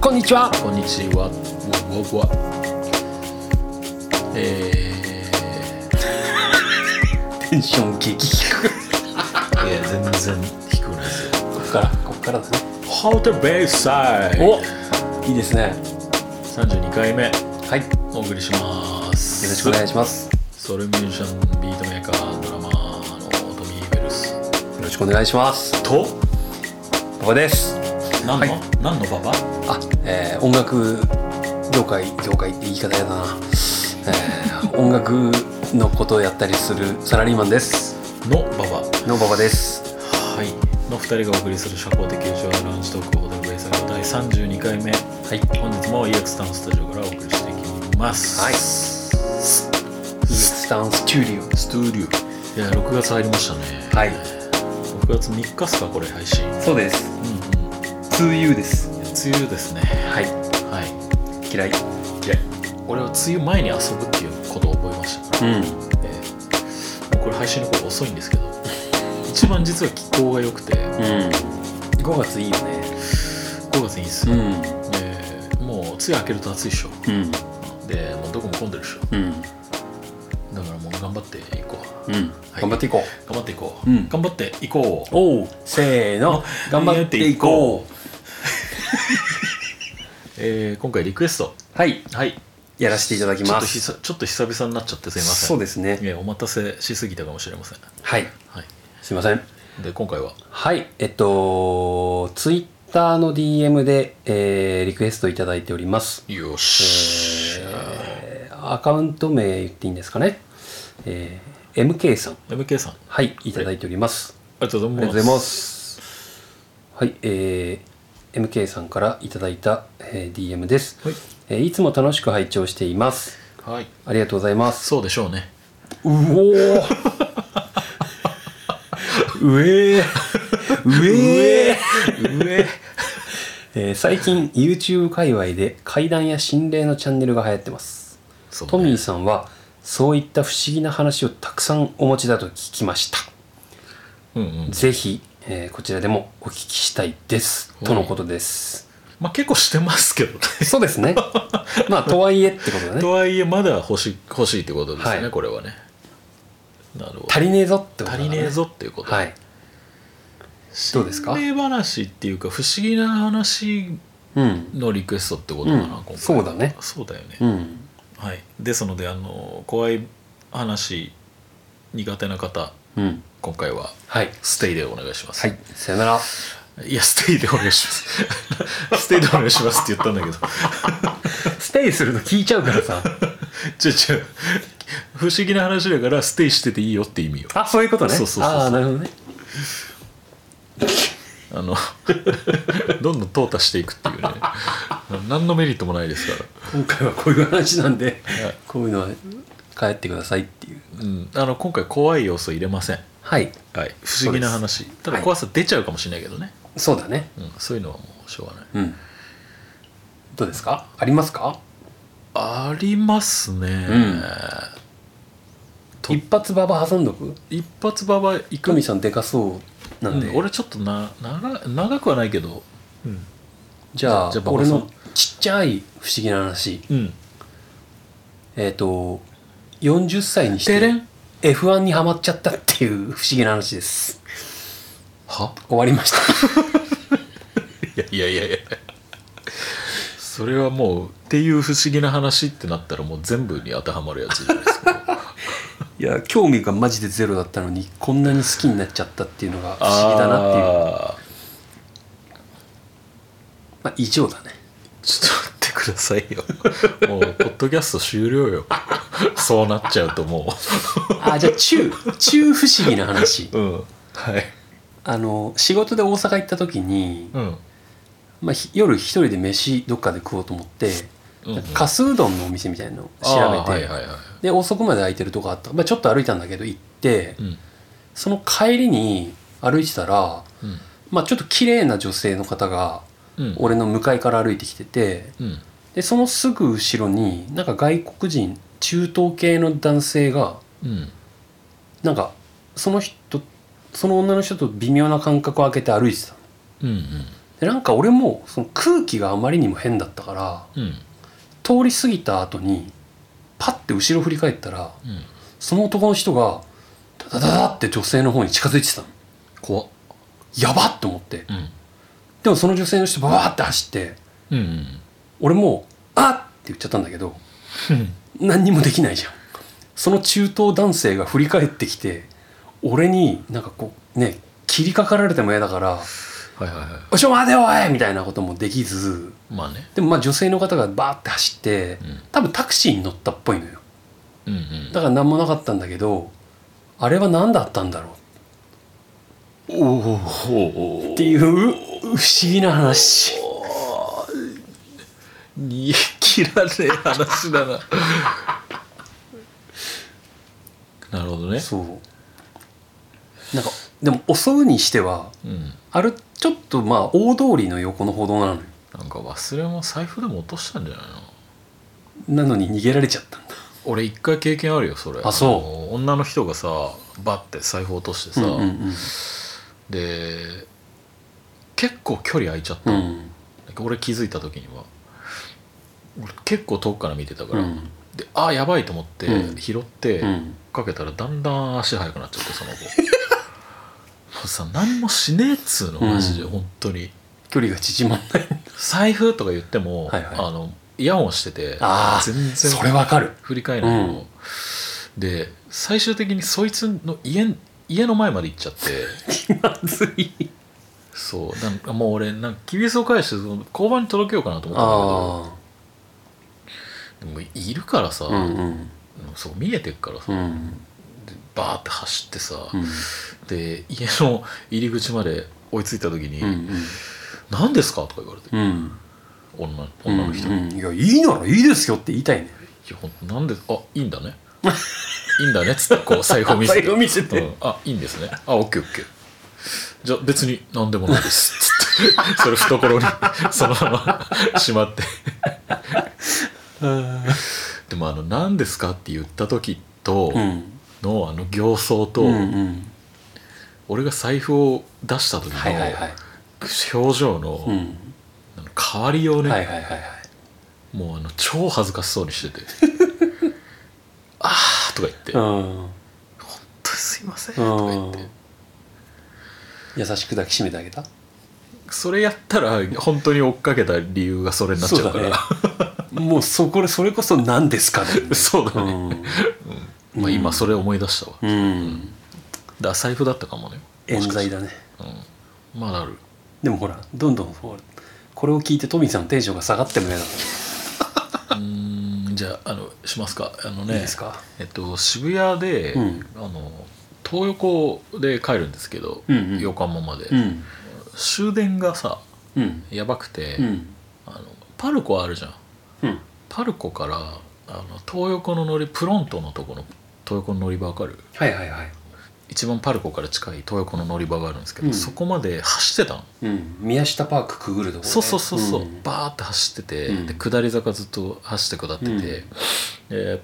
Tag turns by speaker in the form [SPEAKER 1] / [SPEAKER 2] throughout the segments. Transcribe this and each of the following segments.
[SPEAKER 1] こんにちは
[SPEAKER 2] こんにちは。わわわ。え
[SPEAKER 1] テンション激低
[SPEAKER 2] ー、いや、全然低くないですよ。
[SPEAKER 1] ここからここからですね
[SPEAKER 2] ハウトベイサイド
[SPEAKER 1] おいいですね
[SPEAKER 2] 32回目、
[SPEAKER 1] はいよ
[SPEAKER 2] お送りします。
[SPEAKER 1] ろしくお願いします
[SPEAKER 2] ソウルミュージシャン、ビートメーカー、ドラマーのトミー・ウェルス。
[SPEAKER 1] よろしくお願いします
[SPEAKER 2] と、
[SPEAKER 1] ここです
[SPEAKER 2] 何の、
[SPEAKER 1] はい
[SPEAKER 2] 何のババ
[SPEAKER 1] あ、えー音楽業界業界って言い方やだな、えー音楽のことをやったりするサラリーマンです
[SPEAKER 2] のババ。
[SPEAKER 1] の馬場です
[SPEAKER 2] はい。の二人がお送りする社交的友情やランチトーク、ハウトベイサイド第32回目。
[SPEAKER 1] はい
[SPEAKER 2] 本日も EX タウンスタジオからお送りしていきます。
[SPEAKER 1] はい
[SPEAKER 2] ス
[SPEAKER 1] スタンスチューリオ
[SPEAKER 2] ストゥーリュー。いや、6月入りましたね。
[SPEAKER 1] はい
[SPEAKER 2] 6月3日っすかこれ配信うん
[SPEAKER 1] そうです
[SPEAKER 2] うん梅
[SPEAKER 1] 2U です
[SPEAKER 2] 雨ですね
[SPEAKER 1] はい
[SPEAKER 2] はい
[SPEAKER 1] 嫌い
[SPEAKER 2] 嫌い俺は梅雨前に遊ぶっていうことを覚えましたか
[SPEAKER 1] う
[SPEAKER 2] ら、
[SPEAKER 1] ん
[SPEAKER 2] えーこれ配信の頃遅いんですけど一番実は気候が良くて5
[SPEAKER 1] うん5月いいよね
[SPEAKER 2] 月いいっす、
[SPEAKER 1] ん
[SPEAKER 2] えーもう梅雨明けると暑いっしょ
[SPEAKER 1] うん
[SPEAKER 2] でもうどこも混んでるっしょ
[SPEAKER 1] うん
[SPEAKER 2] だからもう頑張っていこう
[SPEAKER 1] うん
[SPEAKER 2] はい
[SPEAKER 1] 頑張っていこ
[SPEAKER 2] 頑張っていこう、
[SPEAKER 1] うん
[SPEAKER 2] 頑張っていこ
[SPEAKER 1] う
[SPEAKER 2] う
[SPEAKER 1] おうせーの頑張っていこう
[SPEAKER 2] えー今回リクエスト
[SPEAKER 1] はい
[SPEAKER 2] はい
[SPEAKER 1] やらせていただきま
[SPEAKER 2] ち
[SPEAKER 1] す
[SPEAKER 2] ょっと久ちょっと久々になっちゃってすいません
[SPEAKER 1] そうですね
[SPEAKER 2] いやお待たせしすぎたかもしれません、
[SPEAKER 1] はい
[SPEAKER 2] はい、
[SPEAKER 1] すいません
[SPEAKER 2] で今回は
[SPEAKER 1] はい、えっと、ツイッターの DM で、えーリクエストいただいております。
[SPEAKER 2] よし、
[SPEAKER 1] えーアカウント名言っていいんですかね。えー MK さん、
[SPEAKER 2] MK さんあ
[SPEAKER 1] はい、いただいております。
[SPEAKER 2] りがとう
[SPEAKER 1] あり
[SPEAKER 2] ござい
[SPEAKER 1] がとう
[SPEAKER 2] ます
[SPEAKER 1] ございます。はい、えー MK さんからいただいた、えー DM です、
[SPEAKER 2] はい
[SPEAKER 1] えーいつも楽しく拝聴しています。
[SPEAKER 2] はい
[SPEAKER 1] ありがとうございます。
[SPEAKER 2] そうでしょうね
[SPEAKER 1] うおー うえーうえーうええー最近 YouTube 界隈で怪談や心霊のチャンネルが流行ってます
[SPEAKER 2] そうね
[SPEAKER 1] トミーさんはそういった不思議な話をたくさんお持ちだと聞きました
[SPEAKER 2] うんうん
[SPEAKER 1] ぜひ、えーこちらでもお聞きしたいですとのことです
[SPEAKER 2] まあ結構してますけどね
[SPEAKER 1] そうです ねまあとはいえってことだ
[SPEAKER 2] と
[SPEAKER 1] ね
[SPEAKER 2] はいえまだ欲し欲しいってことですね、
[SPEAKER 1] はい
[SPEAKER 2] これはねなるほど
[SPEAKER 1] 足りねえぞってことだ、
[SPEAKER 2] 足
[SPEAKER 1] ね、
[SPEAKER 2] りねえぞっていうこと、
[SPEAKER 1] はいどうですか
[SPEAKER 2] 心霊話っていうか不思議な話
[SPEAKER 1] うん
[SPEAKER 2] のリクエストってことかな、
[SPEAKER 1] うん
[SPEAKER 2] 今回
[SPEAKER 1] そうだね
[SPEAKER 2] そうだよね、
[SPEAKER 1] うん
[SPEAKER 2] はいですのであの怖い話苦手な方
[SPEAKER 1] うん
[SPEAKER 2] 今回は
[SPEAKER 1] はい
[SPEAKER 2] ステイでお願いします
[SPEAKER 1] はい、さよ なら。
[SPEAKER 2] いや、ステイでお願いします。ス テイでお願いしますって言ったんだけど。
[SPEAKER 1] ステイするの聞いちゃうからさ。
[SPEAKER 2] ちょちょ、不思議な話だから、ステイしてていいよって意味よ。
[SPEAKER 1] あ、そういうことね。
[SPEAKER 2] そうそうそうそう
[SPEAKER 1] ああ、なるほどね。
[SPEAKER 2] あの、 どんどん淘汰していくっていうね。何のメリットもないですから。
[SPEAKER 1] 今回はこういう話なんで
[SPEAKER 2] はい、
[SPEAKER 1] こういうのは帰ってくださいっていう。
[SPEAKER 2] うん、あの今回、怖い要素入れません。
[SPEAKER 1] はい、
[SPEAKER 2] はい、不思議な話。ただ、
[SPEAKER 1] はい
[SPEAKER 2] 怖さ出ちゃうかもしれないけどね。
[SPEAKER 1] そうだね。
[SPEAKER 2] うん、そういうのはもうしょうがない。
[SPEAKER 1] うん。どうですかありますか
[SPEAKER 2] ありますね。
[SPEAKER 1] うん
[SPEAKER 2] と
[SPEAKER 1] 一発ババ挟んどく
[SPEAKER 2] 一発ばば行
[SPEAKER 1] 久
[SPEAKER 2] く
[SPEAKER 1] 美さんでかそうなんで。
[SPEAKER 2] うん俺ちょっとな長長くはないけど、うん、
[SPEAKER 1] じゃあ、
[SPEAKER 2] じゃあ馬場
[SPEAKER 1] 俺
[SPEAKER 2] さん
[SPEAKER 1] のちっちゃい不思議な話。
[SPEAKER 2] うん。
[SPEAKER 1] えっ、と、40歳にし
[SPEAKER 2] でれ
[SPEAKER 1] て
[SPEAKER 2] ん
[SPEAKER 1] F1 にハマっちゃったっていう 不思議な話です。
[SPEAKER 2] は
[SPEAKER 1] 終わりました。
[SPEAKER 2] いやいやいやいや。それはもう、っていう不思議な話ってなったらもう全部に当てはまるやつじゃないですか。
[SPEAKER 1] いや興味がマジでゼロだったのにこんなに好きになっちゃったっていうのが不思議だなっていう
[SPEAKER 2] あー
[SPEAKER 1] まあ以上だね
[SPEAKER 2] ちょっと待ってくださいよ。もう、ポッドキャスト終了よ。そうなっちゃうとも
[SPEAKER 1] あじゃあ中中不思議な話
[SPEAKER 2] う。うん。はい。
[SPEAKER 1] あの仕事で大阪行った時に、
[SPEAKER 2] うん。
[SPEAKER 1] まあ、ひ夜一人で飯どっかで食おうと思って、
[SPEAKER 2] うんうん
[SPEAKER 1] かすうどんのお店みたいなのを調べ
[SPEAKER 2] あー
[SPEAKER 1] て、
[SPEAKER 2] はいはいはい。
[SPEAKER 1] で遅くまで空いてるとこあった、まあ、ちょっと歩いたんだけど行って
[SPEAKER 2] うん。
[SPEAKER 1] その帰りに歩いてたら、
[SPEAKER 2] うん。
[SPEAKER 1] まあ、ちょっと綺麗な女性の方が
[SPEAKER 2] うん。
[SPEAKER 1] 俺の向かいから歩いてきてて
[SPEAKER 2] うん。
[SPEAKER 1] でそのすぐ後ろになんか外国人中東系の男性が
[SPEAKER 2] うん
[SPEAKER 1] なんかその人その女の人と微妙な間隔を空けて歩いてたの
[SPEAKER 2] うん
[SPEAKER 1] でなんか俺もその空気があまりにも変だったから
[SPEAKER 2] うんうん
[SPEAKER 1] 通り過ぎた後にパッて後ろ振り返ったら
[SPEAKER 2] うん
[SPEAKER 1] その男の人がダダダダって女性の方に近づいてたの
[SPEAKER 2] 怖っ
[SPEAKER 1] やばっと思って
[SPEAKER 2] うん
[SPEAKER 1] でもその女性の人ババーって走って
[SPEAKER 2] うんうん
[SPEAKER 1] 俺も「あっ!」って言っちゃったんだけど
[SPEAKER 2] うん
[SPEAKER 1] 何にもできないじゃんその中東男性が振り返ってきて俺になんかこうね切りかかられても嫌だから
[SPEAKER 2] はいはいは
[SPEAKER 1] 「おいちょ待てよおい!」みたいなこともできず
[SPEAKER 2] いまあね
[SPEAKER 1] でもまあ女性の方がバーって走って
[SPEAKER 2] うん
[SPEAKER 1] 多分タクシーに乗ったっぽいのよ
[SPEAKER 2] うんうん
[SPEAKER 1] だから何もなかったんだけどあれは何だったんだろ
[SPEAKER 2] おおおお
[SPEAKER 1] うっていうう不思議な話
[SPEAKER 2] 煮え切らねえ話だななるほどね
[SPEAKER 1] そうなんかでも襲うにしては
[SPEAKER 2] うん
[SPEAKER 1] あるちょっとまあ大通りの横の歩道なのよ
[SPEAKER 2] なんか忘れも財布でも落としたんじゃないの
[SPEAKER 1] なのに逃げられちゃったんだ
[SPEAKER 2] 俺一回経験あるよそれ
[SPEAKER 1] あそう
[SPEAKER 2] う女の人がさバッて財布落としてさ、
[SPEAKER 1] うんうん
[SPEAKER 2] で結構距離空いちゃった
[SPEAKER 1] う
[SPEAKER 2] の、
[SPEAKER 1] ん
[SPEAKER 2] 俺気づいた時には俺結構遠くから見てたか
[SPEAKER 1] う
[SPEAKER 2] ら、
[SPEAKER 1] ん
[SPEAKER 2] でああやばいと思って
[SPEAKER 1] うん
[SPEAKER 2] 拾って、
[SPEAKER 1] うん
[SPEAKER 2] かけたらだんだん足速くなっちゃってその 子もうさ何もしねえっつうのマジで、
[SPEAKER 1] うん
[SPEAKER 2] 本当に
[SPEAKER 1] 距離が縮まんない
[SPEAKER 2] 財布とか言っても、
[SPEAKER 1] はいはい
[SPEAKER 2] あのイヤホンしてて
[SPEAKER 1] あー
[SPEAKER 2] 全然
[SPEAKER 1] それわかる
[SPEAKER 2] 振り返らない
[SPEAKER 1] う
[SPEAKER 2] の、
[SPEAKER 1] ん
[SPEAKER 2] で最終的にそいつの家家の前まで行っちゃって
[SPEAKER 1] 気まずい
[SPEAKER 2] そうなんかもう俺なんかキビスを返してその交番に届けようかなと思ったんだ
[SPEAKER 1] あ
[SPEAKER 2] けどでもいるからさ、
[SPEAKER 1] あうんうん
[SPEAKER 2] そう見えてるからさ、
[SPEAKER 1] うん
[SPEAKER 2] でバーって走ってさ、
[SPEAKER 1] うん
[SPEAKER 2] で家の入り口まで追いついた時に「
[SPEAKER 1] うん
[SPEAKER 2] 何ですか?」とか言われて、
[SPEAKER 1] うん
[SPEAKER 2] 女女の人に「
[SPEAKER 1] うんうんいやいいならいいですよって言いたいね
[SPEAKER 2] いやほんとなんであいいんだねいいんだね」っつって こう財布を見せて
[SPEAKER 1] 財布見せて
[SPEAKER 2] うんあいいんですねあオッケーオッケーじゃあ別に何でもないです」つっ てそれ懐にそのまましまってでもあの「何ですか?」って言った時と
[SPEAKER 1] うん
[SPEAKER 2] のあの形相と、
[SPEAKER 1] うんうん
[SPEAKER 2] 俺が財布を出した時の
[SPEAKER 1] はいはいはい
[SPEAKER 2] 表情の,、
[SPEAKER 1] うん
[SPEAKER 2] あの変わりようね、
[SPEAKER 1] はいはいはいはい
[SPEAKER 2] もうあの超恥ずかしそう にしてて「あー」とか言って
[SPEAKER 1] う
[SPEAKER 2] 「本
[SPEAKER 1] ん
[SPEAKER 2] 当にすいません」とか言っ
[SPEAKER 1] う
[SPEAKER 2] て
[SPEAKER 1] ん優しく抱きしめてあげた
[SPEAKER 2] それやったら本当に追っかけた理由がそれになっちゃうから
[SPEAKER 1] もうそこでそれこそ何ですかだよね
[SPEAKER 2] そうだね
[SPEAKER 1] うん
[SPEAKER 2] まあ、今それ思い出したわ、
[SPEAKER 1] う
[SPEAKER 2] だか
[SPEAKER 1] ん
[SPEAKER 2] ら財布だったかもね
[SPEAKER 1] 冤罪だね
[SPEAKER 2] うんまあある
[SPEAKER 1] でもほらどんどんほらこれを聞いてトミーさんのテンションが下がっても嫌だから
[SPEAKER 2] うーんじゃああのしますかあのね
[SPEAKER 1] いいですか
[SPEAKER 2] えっと、渋谷で、
[SPEAKER 1] うん
[SPEAKER 2] あの東横で帰るんですけど、
[SPEAKER 1] うんうん
[SPEAKER 2] 横浜まで、
[SPEAKER 1] うん
[SPEAKER 2] 終電がさ
[SPEAKER 1] うん
[SPEAKER 2] やばくて、
[SPEAKER 1] うん
[SPEAKER 2] あのパルコあるじゃん
[SPEAKER 1] うん
[SPEAKER 2] パルコからあの東横の乗りプロントのとこの東横の乗り場わかる
[SPEAKER 1] はいはいはい
[SPEAKER 2] 一番パルコから近い東横の乗り場があるんですけど、
[SPEAKER 1] うん
[SPEAKER 2] そこまで走ってたの、
[SPEAKER 1] うん宮下パークくぐるところね
[SPEAKER 2] そうそうそうそう、
[SPEAKER 1] ん
[SPEAKER 2] バーって走ってて、
[SPEAKER 1] うん
[SPEAKER 2] で下り坂ずっと走って下ってて、
[SPEAKER 1] うん
[SPEAKER 2] で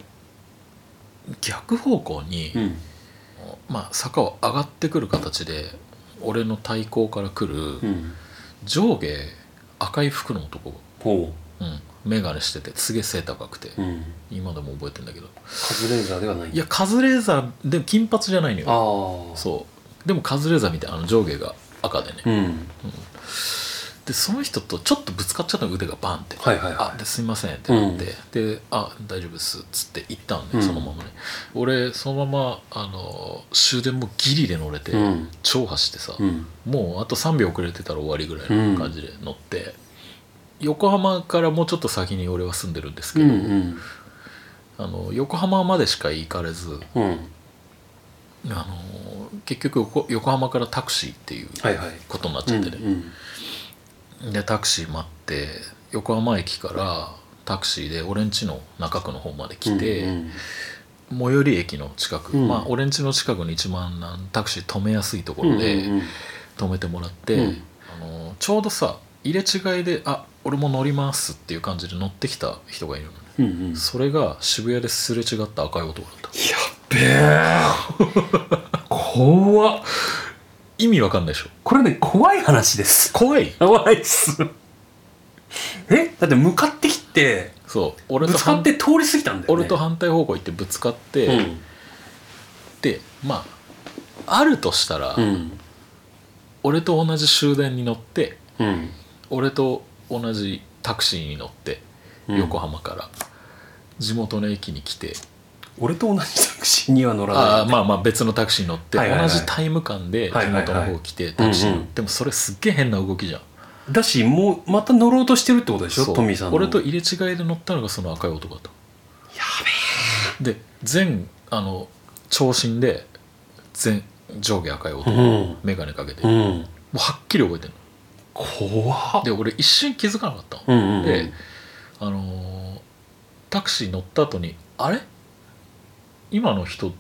[SPEAKER 2] 逆方向に、
[SPEAKER 1] うん
[SPEAKER 2] まあ、坂を上がってくる形で俺の対向から来
[SPEAKER 1] う
[SPEAKER 2] る
[SPEAKER 1] ん
[SPEAKER 2] 上下赤い服の男、
[SPEAKER 1] ほ
[SPEAKER 2] うん、眼鏡しててすげえ背高くて、
[SPEAKER 1] ううん
[SPEAKER 2] 今でも覚えてんだけど
[SPEAKER 1] カズレーザーではない
[SPEAKER 2] いやカズレーザーでも金髪じゃないの
[SPEAKER 1] あ
[SPEAKER 2] よ
[SPEAKER 1] あ
[SPEAKER 2] そうでもカズレーザーみたいなあの上下が赤でね、
[SPEAKER 1] うん
[SPEAKER 2] でその人とちょっとぶつかっちゃったの腕がバンって「
[SPEAKER 1] はいはいは
[SPEAKER 2] あ
[SPEAKER 1] い
[SPEAKER 2] ですいません」ってなって「であ大丈夫です」っつって行ったんで、
[SPEAKER 1] うん
[SPEAKER 2] そのままね俺そのままあの終電もギリで乗れて、
[SPEAKER 1] うん
[SPEAKER 2] 超走ってさ、
[SPEAKER 1] うん
[SPEAKER 2] もうあと3秒遅れてたら終わりぐらいの感じで乗って、横浜からもうちょっと先に俺は住んでるんです
[SPEAKER 1] う
[SPEAKER 2] けど、
[SPEAKER 1] ん
[SPEAKER 2] あの横浜までしか行かれず
[SPEAKER 1] うんうん
[SPEAKER 2] あの結局横横浜からタクシーっていう
[SPEAKER 1] はいはい
[SPEAKER 2] ことになっ
[SPEAKER 1] う
[SPEAKER 2] ちゃっ
[SPEAKER 1] ん
[SPEAKER 2] てね、
[SPEAKER 1] うん
[SPEAKER 2] でタクシー待って横浜駅からタクシーで俺ん家の中区の方まで来て、
[SPEAKER 1] うん
[SPEAKER 2] 最寄り駅の近く、
[SPEAKER 1] うん
[SPEAKER 2] まあ俺ん家の近くに一番なんタクシー止めやすいとこ
[SPEAKER 1] うん
[SPEAKER 2] ろで
[SPEAKER 1] うんうん
[SPEAKER 2] 止めてもらって、
[SPEAKER 1] うん
[SPEAKER 2] あのちょうどさ入れ違いで「あ俺も乗りますっていう感じで乗ってきた人がいるのね
[SPEAKER 1] うんうんやっ
[SPEAKER 2] それが渋谷ですれ違った赤い男だった
[SPEAKER 1] べえ怖っ
[SPEAKER 2] 意味わかんないでしょ
[SPEAKER 1] これね怖い話です
[SPEAKER 2] 怖い
[SPEAKER 1] 怖いっすえだって向かってきて
[SPEAKER 2] そう俺
[SPEAKER 1] ぶ
[SPEAKER 2] と
[SPEAKER 1] つかっ
[SPEAKER 2] 反
[SPEAKER 1] て通り過ぎたんだよね
[SPEAKER 2] 俺と反対方向行ってぶつかって、
[SPEAKER 1] うん
[SPEAKER 2] でまああるとしたら、
[SPEAKER 1] うん
[SPEAKER 2] 俺と同じ終電に乗って
[SPEAKER 1] うん
[SPEAKER 2] 俺と同じタクシーに乗って
[SPEAKER 1] うん
[SPEAKER 2] 横浜から地元の駅に来て、
[SPEAKER 1] 俺と同じタクシーには乗らない
[SPEAKER 2] ああまあまあ別のタクシーに乗って、
[SPEAKER 1] はいはいはい
[SPEAKER 2] 同じタイム間で地
[SPEAKER 1] はいはいはい
[SPEAKER 2] 元の方来てタクシーに乗って、でもそれすっげえ変な動きじゃん
[SPEAKER 1] だしもうまた乗ろうとしてるってことでしょ
[SPEAKER 2] そう
[SPEAKER 1] トミーさんの
[SPEAKER 2] 俺と入れ違いで乗ったのがその赤い男だと
[SPEAKER 1] や
[SPEAKER 2] で全あの長身で全上下赤い男、
[SPEAKER 1] うん
[SPEAKER 2] 眼鏡かけて、
[SPEAKER 1] べえう
[SPEAKER 2] も
[SPEAKER 1] ん
[SPEAKER 2] うはっきり覚えてる
[SPEAKER 1] 怖
[SPEAKER 2] の
[SPEAKER 1] っ
[SPEAKER 2] で俺一瞬気づかなかったの、
[SPEAKER 1] うんうんうん
[SPEAKER 2] であのータクシー乗った後に「あれ今の人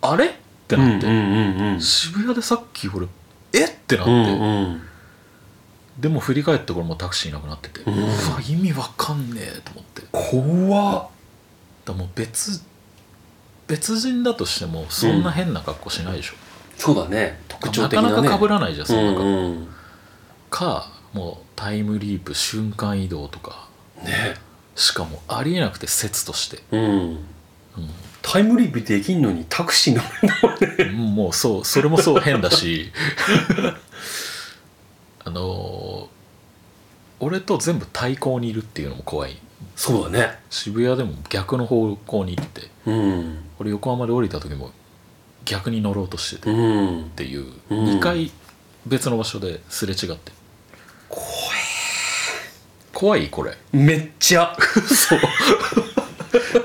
[SPEAKER 2] あれ?」ってなって、
[SPEAKER 1] うんうんうんうん
[SPEAKER 2] 渋谷でさっき俺「えっ?」てなって、
[SPEAKER 1] うん
[SPEAKER 2] でも振り返ってこれもうタクシーいなくなってて、
[SPEAKER 1] う
[SPEAKER 2] うんわ意味わかんねえと思ってだか
[SPEAKER 1] うん、怖っ
[SPEAKER 2] らもう別別人だとしてもそんな変な格好しないでしょ、
[SPEAKER 1] そうだね特徴
[SPEAKER 2] な
[SPEAKER 1] 的な
[SPEAKER 2] か
[SPEAKER 1] ね
[SPEAKER 2] なか被
[SPEAKER 1] ら
[SPEAKER 2] らないじゃんそんな
[SPEAKER 1] う
[SPEAKER 2] 格好、
[SPEAKER 1] んうん
[SPEAKER 2] かもうタイムリープ瞬間移動とか
[SPEAKER 1] ね
[SPEAKER 2] しかもありえなくて説として、
[SPEAKER 1] うん
[SPEAKER 2] うん
[SPEAKER 1] タイムリープできんのにタクシー乗れない
[SPEAKER 2] うんもうそうそれもそう変だ しあのー俺と全部対抗にいるっていうのも怖い
[SPEAKER 1] そうだね
[SPEAKER 2] 渋谷でも逆の方向に行って
[SPEAKER 1] うん
[SPEAKER 2] 俺横浜で降りた時も逆に乗ろうとしてて
[SPEAKER 1] う
[SPEAKER 2] っ
[SPEAKER 1] ん
[SPEAKER 2] ていう
[SPEAKER 1] うん
[SPEAKER 2] 2回別の場所ですれ違って
[SPEAKER 1] 怖
[SPEAKER 2] 怖いこれ
[SPEAKER 1] えめっちゃ
[SPEAKER 2] そう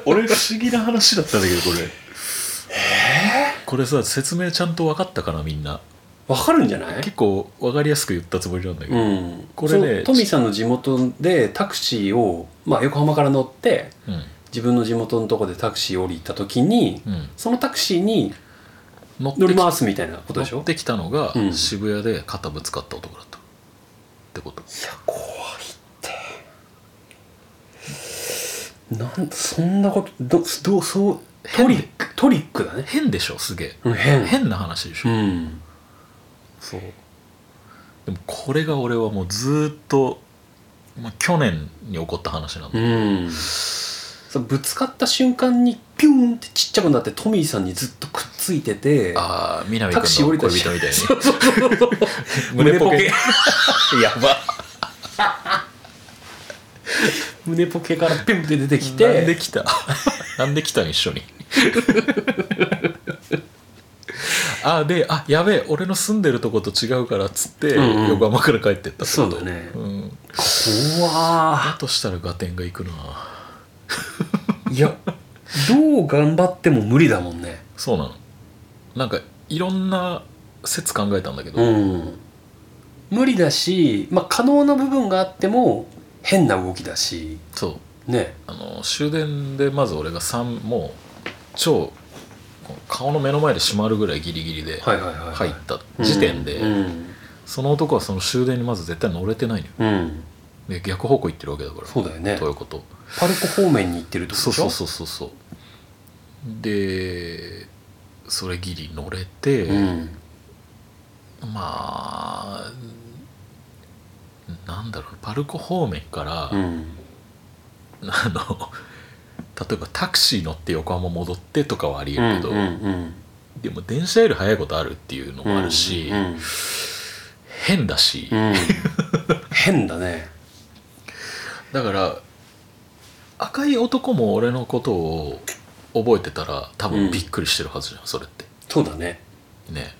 [SPEAKER 2] 俺不思議な話だったんだけどこれこれさ説明ちゃんと分かったかなみんな
[SPEAKER 1] わかるんじゃない
[SPEAKER 2] 結構分かりやすく言ったつもりなんだけど、
[SPEAKER 1] うん
[SPEAKER 2] これね
[SPEAKER 1] そうトミーさんの地元でタクシーを、まあ、横浜から乗って
[SPEAKER 2] うん
[SPEAKER 1] 自分の地元のとこでタクシー降りた時に
[SPEAKER 2] うん、
[SPEAKER 1] そのタクシーに
[SPEAKER 2] 乗って
[SPEAKER 1] 乗り
[SPEAKER 2] き
[SPEAKER 1] ますみたいなことでし
[SPEAKER 2] 乗
[SPEAKER 1] ょ
[SPEAKER 2] ってきたのが
[SPEAKER 1] うん
[SPEAKER 2] 渋谷で肩ぶつかった男だったってこと
[SPEAKER 1] いや怖いってなんそんなことどどうそうトリックトリックだね
[SPEAKER 2] 変でしょすげえ
[SPEAKER 1] うん変
[SPEAKER 2] 変な話でし
[SPEAKER 1] う
[SPEAKER 2] ょ、
[SPEAKER 1] ん
[SPEAKER 2] そうでもこれが俺はもうずーっと、まあ、去年に起こった話なんだ、
[SPEAKER 1] うんそうぶつかった瞬間にピューンってちっちゃくなってトミーさんにずっとくっついてて
[SPEAKER 2] ああ南
[SPEAKER 1] タクシー降
[SPEAKER 2] 君
[SPEAKER 1] り
[SPEAKER 2] の
[SPEAKER 1] たし
[SPEAKER 2] 恋人みたいに
[SPEAKER 1] そうそうそうそう
[SPEAKER 2] 胸ポ ケ
[SPEAKER 1] 胸
[SPEAKER 2] やば
[SPEAKER 1] 胸ポケからピュンって出てきて
[SPEAKER 2] なんで来 たなんで来たん一緒に あーであやべえ俺の住んでるとこと違うからっつって、
[SPEAKER 1] うんうん
[SPEAKER 2] 横浜から帰ってったってこと
[SPEAKER 1] そうだね
[SPEAKER 2] うん、だ
[SPEAKER 1] 怖
[SPEAKER 2] としたら合点がいくな
[SPEAKER 1] ーいやどう頑張っても無理だもんね
[SPEAKER 2] そうなのなんかいろんな説考えたんだけど、
[SPEAKER 1] うん無理だし、まあ、可能な部分があっても変な動きだし
[SPEAKER 2] そう
[SPEAKER 1] ね
[SPEAKER 2] あの終電でまず俺が3もう超こう顔の目の前で閉まるぐらいギリギリで
[SPEAKER 1] いはいは
[SPEAKER 2] 入った時点で、
[SPEAKER 1] うん、
[SPEAKER 2] その男はその終電にまず絶対乗れてないのよ
[SPEAKER 1] うん
[SPEAKER 2] で逆方向行ってるわけだから
[SPEAKER 1] そうだよね
[SPEAKER 2] ということ
[SPEAKER 1] パルコ方面に行ってるってこと
[SPEAKER 2] そう
[SPEAKER 1] でしょ
[SPEAKER 2] そうそうそうそうでそれギリ乗れて、
[SPEAKER 1] うん
[SPEAKER 2] まあなんだろうパルコ方面から、
[SPEAKER 1] うん
[SPEAKER 2] あの例えばタクシー乗って横浜戻ってとかはありえるけど、
[SPEAKER 1] うんうん
[SPEAKER 2] でも電車より早いことあるっていうの
[SPEAKER 1] うん
[SPEAKER 2] もあるし、
[SPEAKER 1] うんうん
[SPEAKER 2] 変だし、
[SPEAKER 1] うん変だね
[SPEAKER 2] だから赤い男も俺のことを覚えてたら多
[SPEAKER 1] うん
[SPEAKER 2] 分びっくりしてるはずじゃん、それって
[SPEAKER 1] そうだね
[SPEAKER 2] ね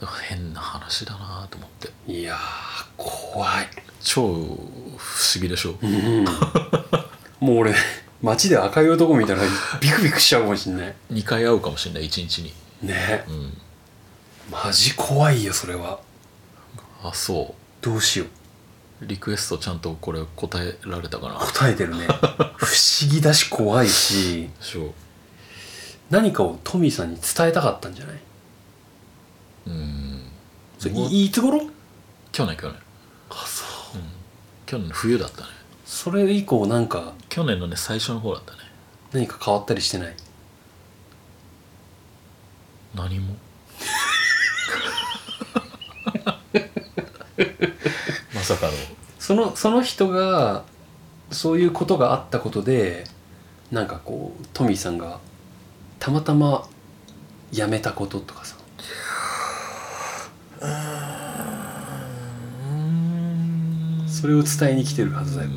[SPEAKER 2] だから変な話だなと思って
[SPEAKER 1] いやー怖い、
[SPEAKER 2] 超不思議でしょ
[SPEAKER 1] うん もう俺街で赤い男見たらビクビクしちゃうかもしんない
[SPEAKER 2] 2回会うかもしれない1日に
[SPEAKER 1] ね
[SPEAKER 2] うん
[SPEAKER 1] マジ怖いよそれは
[SPEAKER 2] あそ
[SPEAKER 1] どうしよう
[SPEAKER 2] うリクエストちゃんとこれ答えられたかな
[SPEAKER 1] 答えて るね不思議だし怖いし
[SPEAKER 2] そう
[SPEAKER 1] 何かをトミーさんに伝えたかったんじゃない
[SPEAKER 2] うん
[SPEAKER 1] それ
[SPEAKER 2] もう
[SPEAKER 1] いいつ頃
[SPEAKER 2] 去年去年
[SPEAKER 1] あそう、
[SPEAKER 2] 去年の冬だったね
[SPEAKER 1] それ以降なんか
[SPEAKER 2] 去年のね最初の方だったね
[SPEAKER 1] 何か変わったりしてない
[SPEAKER 2] 何も まさかの
[SPEAKER 1] そのその人がそういうことがあったことでなんかこうトミーさんがたまたま辞めたこととかさそれを伝えに来てるはずだよ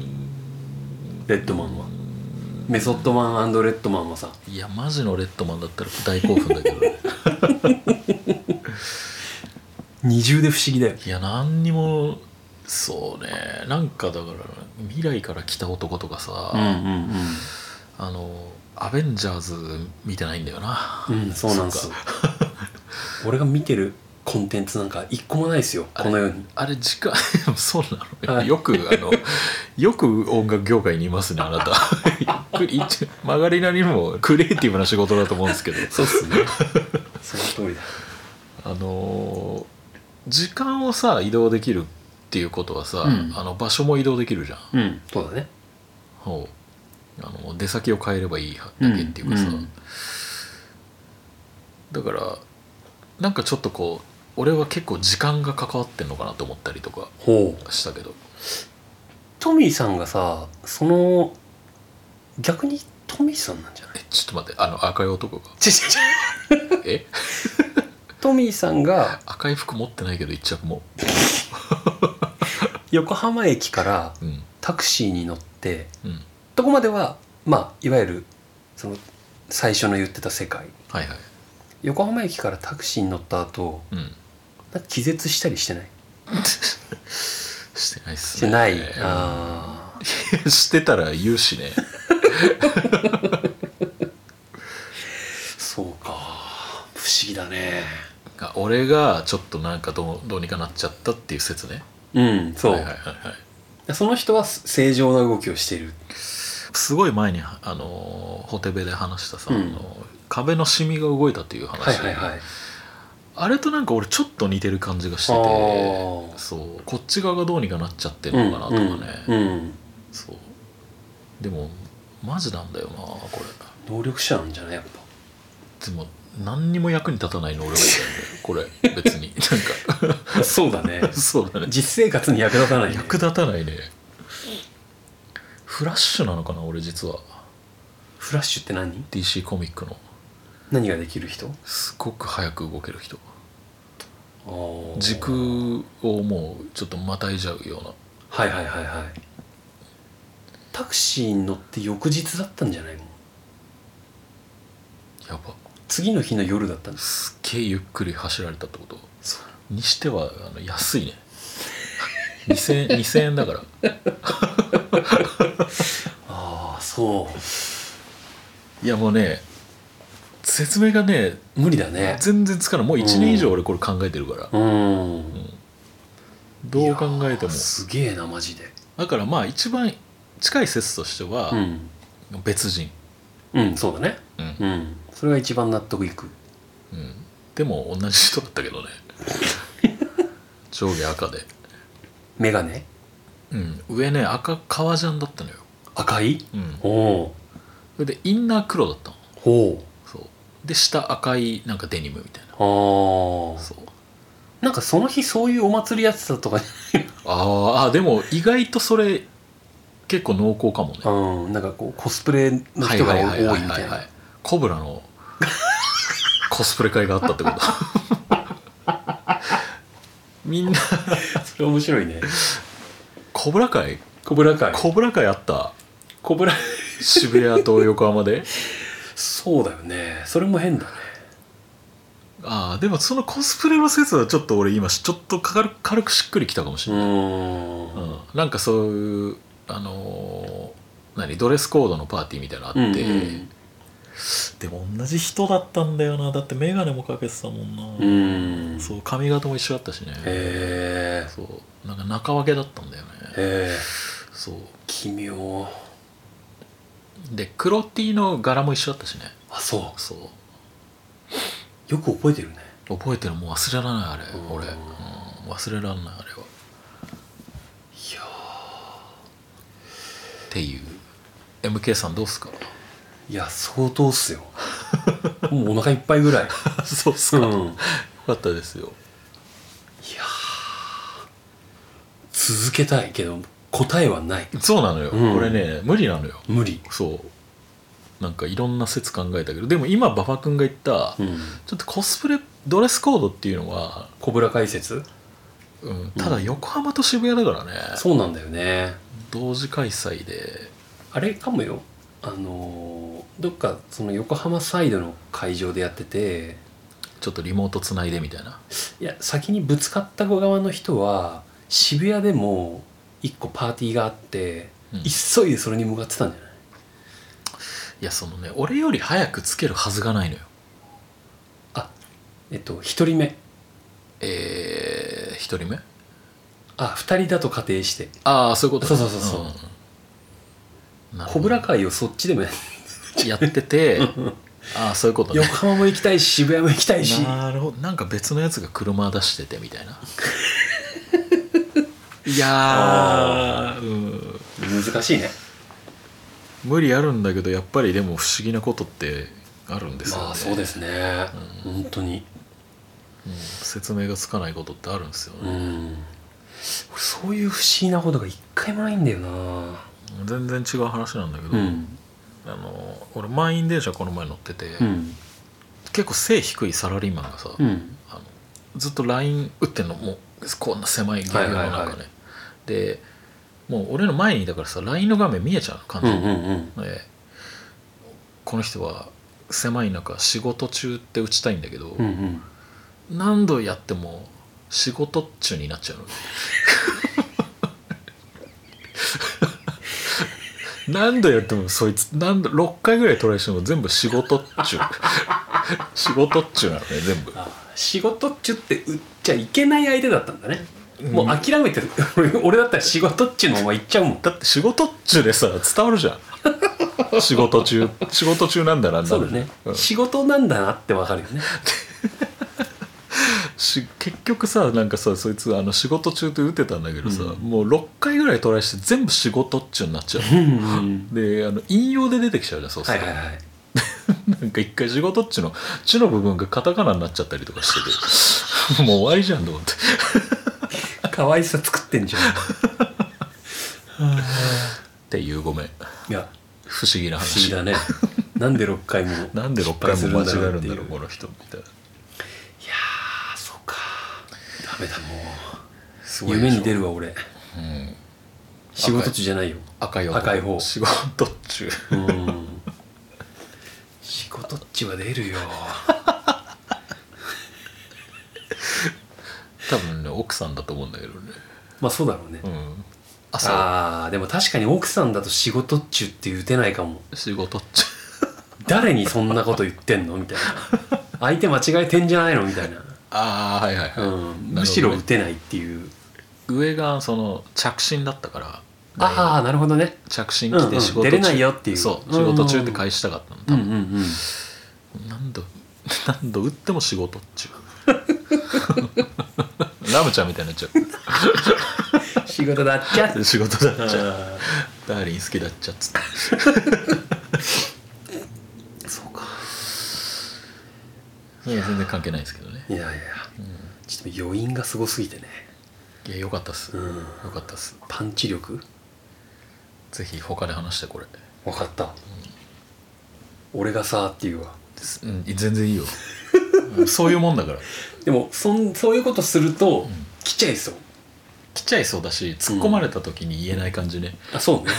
[SPEAKER 1] レッドマンはメソッドマンレッドマンはさ
[SPEAKER 2] いやマジのレッドマンだったら大興奮だけどね
[SPEAKER 1] 二重で不思議だよ
[SPEAKER 2] いや何にもそうねなんかだから未来から来た男とかさ、
[SPEAKER 1] うんうん
[SPEAKER 2] あのアベンジャーズ見てないんだよな
[SPEAKER 1] うんうんそうなんです
[SPEAKER 2] そっか
[SPEAKER 1] 俺が見てるコンテンツなんか一個もないですよこの世に
[SPEAKER 2] あれ時間 そうなの、
[SPEAKER 1] はい
[SPEAKER 2] よくあのよく音楽業界にいますね あなた一応曲がりなりにもクリエイティブな仕事だと思うんですけど
[SPEAKER 1] そうっすね その通りだ
[SPEAKER 2] あのー時間をさ移動できるっていうことはさ、
[SPEAKER 1] うん
[SPEAKER 2] あの場所も移動できるじゃ
[SPEAKER 1] う
[SPEAKER 2] ん
[SPEAKER 1] んそうだね
[SPEAKER 2] ほうあの出先を変えればいいだけっていうかさ、
[SPEAKER 1] うんうん
[SPEAKER 2] だからなんかちょっとこう俺は結構時間が関わってんのかなと思ったりとか
[SPEAKER 1] ほう
[SPEAKER 2] したけど
[SPEAKER 1] トミーさんがさその逆にトミーさんなんじゃない
[SPEAKER 2] えちょっと待ってあの赤い男がえ
[SPEAKER 1] トミーさんが
[SPEAKER 2] 赤い服持ってないけど一着も
[SPEAKER 1] 横浜駅から
[SPEAKER 2] うん
[SPEAKER 1] タクシーに乗って
[SPEAKER 2] うん
[SPEAKER 1] どこまではまあいわゆるその最初の言ってた世界
[SPEAKER 2] はいはい
[SPEAKER 1] 横浜駅からタクシーに乗った後
[SPEAKER 2] うん
[SPEAKER 1] なんか気絶したりしてない
[SPEAKER 2] してないっす
[SPEAKER 1] して
[SPEAKER 2] ね
[SPEAKER 1] ない、
[SPEAKER 2] うん
[SPEAKER 1] ああ
[SPEAKER 2] してたら言うしね
[SPEAKER 1] そうか不思議だね
[SPEAKER 2] あ俺がちょっとなんかどうどうにかなっちゃったっていう説ね
[SPEAKER 1] うんそう、
[SPEAKER 2] はいはいはいはい
[SPEAKER 1] その人は正常な動きをしている
[SPEAKER 2] すごい前にあのーホテベで話したさ、
[SPEAKER 1] うん
[SPEAKER 2] あの壁のシミが動いたっていう
[SPEAKER 1] はい
[SPEAKER 2] 話、
[SPEAKER 1] はいはい
[SPEAKER 2] あれとなんか俺ちょっと似てる感じがして
[SPEAKER 1] あ
[SPEAKER 2] て
[SPEAKER 1] ー
[SPEAKER 2] そうこっち側がどうにかなっちゃって
[SPEAKER 1] う
[SPEAKER 2] る
[SPEAKER 1] ん
[SPEAKER 2] のかなとかね、
[SPEAKER 1] うんうん
[SPEAKER 2] そうでもマジなんだよなこれ
[SPEAKER 1] 能力者なんじゃないやっぱ
[SPEAKER 2] でも何にも役に立たないの俺がいたんだよこれ別にな ん
[SPEAKER 1] そうだね
[SPEAKER 2] か そうだね
[SPEAKER 1] 実生活に役立た ない、ね、
[SPEAKER 2] 役立たないねフラッシュなのかな俺実は
[SPEAKER 1] フラッシュって何
[SPEAKER 2] DC コミックの
[SPEAKER 1] 何ができる人
[SPEAKER 2] すごく早く動ける人時
[SPEAKER 1] 軸
[SPEAKER 2] 空をもうちょっとまたいじゃうような
[SPEAKER 1] はいはいはいはいタクシーに乗って翌日だったんじゃないもん
[SPEAKER 2] やば
[SPEAKER 1] 次の日の夜だったんです
[SPEAKER 2] すっげえゆっくり走られたってこと
[SPEAKER 1] そう
[SPEAKER 2] にしてはあの安いね 2000, 2000円だから
[SPEAKER 1] ああそ
[SPEAKER 2] いやもうね説明がね
[SPEAKER 1] う無理だね
[SPEAKER 2] 全然つかないもう1年以上俺これ考えてるから、
[SPEAKER 1] うん
[SPEAKER 2] どう考えて
[SPEAKER 1] いやー
[SPEAKER 2] も
[SPEAKER 1] すげえなマジで
[SPEAKER 2] だからまあ一番近い説としては
[SPEAKER 1] うん
[SPEAKER 2] 別人、
[SPEAKER 1] うんそうだね
[SPEAKER 2] うん
[SPEAKER 1] うんそれが一番納得いく
[SPEAKER 2] うんでも同じ人だったけ どね上下赤で、
[SPEAKER 1] 眼鏡
[SPEAKER 2] うん、上ね赤革ジャンだったのよ、
[SPEAKER 1] 赤い
[SPEAKER 2] うん、
[SPEAKER 1] おお
[SPEAKER 2] それでインナー黒だったの
[SPEAKER 1] ほ
[SPEAKER 2] そうで下赤いなんかデニムみたい
[SPEAKER 1] あ
[SPEAKER 2] うな
[SPEAKER 1] あ
[SPEAKER 2] そう
[SPEAKER 1] なんかその日そういうお祭りやってたとか
[SPEAKER 2] あーあでも意外とそれ結構濃厚かもね
[SPEAKER 1] うん、なんかこうコスプレの人が多いみたいな
[SPEAKER 2] コブラのコスプレ会があったってこと みんな
[SPEAKER 1] それ面白いね
[SPEAKER 2] コブラ会
[SPEAKER 1] コブラ会
[SPEAKER 2] コブラ会あった
[SPEAKER 1] コブラ
[SPEAKER 2] 渋谷と横浜で
[SPEAKER 1] そうだよねそれも変だね
[SPEAKER 2] ああでもそのコスプレの説はちょっと俺今ちょっと軽く軽くしっくりきたかもしれない、
[SPEAKER 1] ん
[SPEAKER 2] うんなんかそういうあのー何ドレスコードのパーティーみたいなのあって、
[SPEAKER 1] うん
[SPEAKER 2] でも同じ人だったんだよなだって眼鏡もかけてたもん
[SPEAKER 1] う
[SPEAKER 2] な、
[SPEAKER 1] ん
[SPEAKER 2] そう髪型も一緒だったしね
[SPEAKER 1] へえ
[SPEAKER 2] そうなんか中分けだったんだよね
[SPEAKER 1] へえ
[SPEAKER 2] そう
[SPEAKER 1] 奇妙
[SPEAKER 2] で黒 T の柄も一緒だったしね
[SPEAKER 1] あそ
[SPEAKER 2] そう
[SPEAKER 1] うよく覚えてるね
[SPEAKER 2] 覚えてるもう忘れられないあれ
[SPEAKER 1] うん
[SPEAKER 2] 俺、うん忘れられないあれはい
[SPEAKER 1] やー
[SPEAKER 2] っていう MK さんど うっすか
[SPEAKER 1] いや相当っすよもうお腹いっぱいぐらい
[SPEAKER 2] そうっす
[SPEAKER 1] う
[SPEAKER 2] か、
[SPEAKER 1] ん
[SPEAKER 2] よかったですよ
[SPEAKER 1] 続けたいけど答えはない
[SPEAKER 2] そうなのよ、
[SPEAKER 1] うん
[SPEAKER 2] これね無理なのよ
[SPEAKER 1] 無理
[SPEAKER 2] そうなんかいろんな説考えたけどでも今馬場君が言った、
[SPEAKER 1] うん
[SPEAKER 2] ちょっとコスプレドレスコードっていうのは、
[SPEAKER 1] 小倉解説
[SPEAKER 2] うん、ただ横浜と渋谷だからね、
[SPEAKER 1] そうなんだよね
[SPEAKER 2] 同時開催で
[SPEAKER 1] あれかもよあのーどっかその横浜サイドの会場でやってて
[SPEAKER 2] ちょっとリモートつないでみたいない
[SPEAKER 1] や先にぶつかった側の人は渋谷でも一個パーティーがあって、
[SPEAKER 2] うん
[SPEAKER 1] 急いでそれに向かってたんじゃない
[SPEAKER 2] いやそのね俺より早くつけるはずがないのよ
[SPEAKER 1] えっと一人目
[SPEAKER 2] えー、1人目
[SPEAKER 1] あ二人だと仮定して
[SPEAKER 2] ああそういうことね
[SPEAKER 1] そうそうそうそう
[SPEAKER 2] うんなる
[SPEAKER 1] 小
[SPEAKER 2] ほど
[SPEAKER 1] 倉会をそっちでもやっ
[SPEAKER 2] やっ ててああそういうことね
[SPEAKER 1] 横浜も行きたいし渋谷も行きたいし
[SPEAKER 2] なるほどなんか別のやつが車出しててみた いないやーうん
[SPEAKER 1] 難しいね
[SPEAKER 2] 無理あるんだけどやっぱりでも不思議なことってあるんですよね、
[SPEAKER 1] まあそうですね、本当に
[SPEAKER 2] うん説明がつかないことってあるんですよ
[SPEAKER 1] う
[SPEAKER 2] ね、
[SPEAKER 1] ん俺そういう不思議なことが一回もないんだよな
[SPEAKER 2] 全然違う話なんだけど、
[SPEAKER 1] うん
[SPEAKER 2] あの俺満員電車この前乗ってて、
[SPEAKER 1] うん
[SPEAKER 2] 結構背低いサラリーマンがさ、
[SPEAKER 1] うん
[SPEAKER 2] あのずっと LINE 打ってんのもうこんな狭いゲームの中ね、
[SPEAKER 1] はいはいは
[SPEAKER 2] でもう俺の前にだからさ LINE の画面見えちゃうの完
[SPEAKER 1] うん
[SPEAKER 2] 全
[SPEAKER 1] う
[SPEAKER 2] に、
[SPEAKER 1] んうん
[SPEAKER 2] でこの人は狭い中仕事中って打ちたいんだけど、
[SPEAKER 1] うんうん
[SPEAKER 2] 何度やっても仕事中にな っちゃうの何度やってもそいつ何度6回ぐらいトライしても全部仕事 中仕事中なのね全部
[SPEAKER 1] あ仕事っちゅって売っちゃいけない相手だったんだね、もう
[SPEAKER 2] うん
[SPEAKER 1] 諦めてる 俺俺だったら仕事っちゅうのお前言っちゃうもん
[SPEAKER 2] だって仕事中でさ伝わるじゃん仕事中仕事中なんだな
[SPEAKER 1] そうだね、
[SPEAKER 2] なるじ
[SPEAKER 1] 仕事なんだなってわかるよね
[SPEAKER 2] ゃんうんし結局さなんかさそいつあの仕事中って打てたんだけどさ、
[SPEAKER 1] うん
[SPEAKER 2] もう6回ぐらいトライして全部仕事中になっちゃう
[SPEAKER 1] うん
[SPEAKER 2] であの引用で出てきちゃうじゃんそうす
[SPEAKER 1] はい
[SPEAKER 2] ると
[SPEAKER 1] はいはい
[SPEAKER 2] なんか一回仕事っちの「ち」の部分がカタカナになっちゃったりとかしてて もう終わりじゃんと思って
[SPEAKER 1] 可愛さ作ってんじゃん
[SPEAKER 2] っていうごめん
[SPEAKER 1] いや
[SPEAKER 2] 不思議な
[SPEAKER 1] 不思議
[SPEAKER 2] 話
[SPEAKER 1] だ ねなんで6回も
[SPEAKER 2] なんで6回も間違えるんだろうこの人みたいな
[SPEAKER 1] ああそうかダメだも
[SPEAKER 2] す
[SPEAKER 1] う
[SPEAKER 2] でしょ
[SPEAKER 1] 夢に出るわ俺
[SPEAKER 2] うん
[SPEAKER 1] 仕事中じゃないよ
[SPEAKER 2] 赤い方
[SPEAKER 1] 赤い方
[SPEAKER 2] 仕事っちゅ
[SPEAKER 1] う
[SPEAKER 2] う
[SPEAKER 1] ん仕事っちは出るよ
[SPEAKER 2] 多分ね奥さんだと思うんだけどね
[SPEAKER 1] まあそうだろうね
[SPEAKER 2] うん朝
[SPEAKER 1] ああでも確かに奥さんだと仕事っちゅって打てないかも
[SPEAKER 2] 仕事っちゅ
[SPEAKER 1] 誰にそんなこと言ってんのみたい な相手間違えてんじゃないのみたいな、
[SPEAKER 2] ああはいはいは
[SPEAKER 1] うん、
[SPEAKER 2] い、なるほどね
[SPEAKER 1] むしろ打てないっていう
[SPEAKER 2] 上がその着信だったから
[SPEAKER 1] ああなるほどね
[SPEAKER 2] 着信来て仕事
[SPEAKER 1] うんうん
[SPEAKER 2] 中、
[SPEAKER 1] 出れないよっていう
[SPEAKER 2] そう
[SPEAKER 1] うん
[SPEAKER 2] 仕事中って返したかったの多
[SPEAKER 1] うんう
[SPEAKER 2] 分
[SPEAKER 1] んうん
[SPEAKER 2] 何 度何度打っても仕事っちゅう ラムちゃんみたいになっちゃ
[SPEAKER 1] 仕事だっちゃ
[SPEAKER 2] う仕事だっちゃう
[SPEAKER 1] あ
[SPEAKER 2] ダーリン好きだっちゃっつって
[SPEAKER 1] ーそうか
[SPEAKER 2] それは全然関係ないんですけどね
[SPEAKER 1] いやいや、ちょっと余韻がすごすぎてね、
[SPEAKER 2] いやよかったっす、
[SPEAKER 1] う
[SPEAKER 2] よ
[SPEAKER 1] ん、
[SPEAKER 2] かったっす
[SPEAKER 1] パンチ力
[SPEAKER 2] ぜひ他で話してこれ、
[SPEAKER 1] 分かった、俺がさっていうわ
[SPEAKER 2] すうん、全然いいようんそういうもんだから
[SPEAKER 1] でもそんそういうことすると、
[SPEAKER 2] ん
[SPEAKER 1] 来ちゃいそう
[SPEAKER 2] 来ちゃいそうだし突っ込まれた時に言えない感じね、
[SPEAKER 1] あそう ね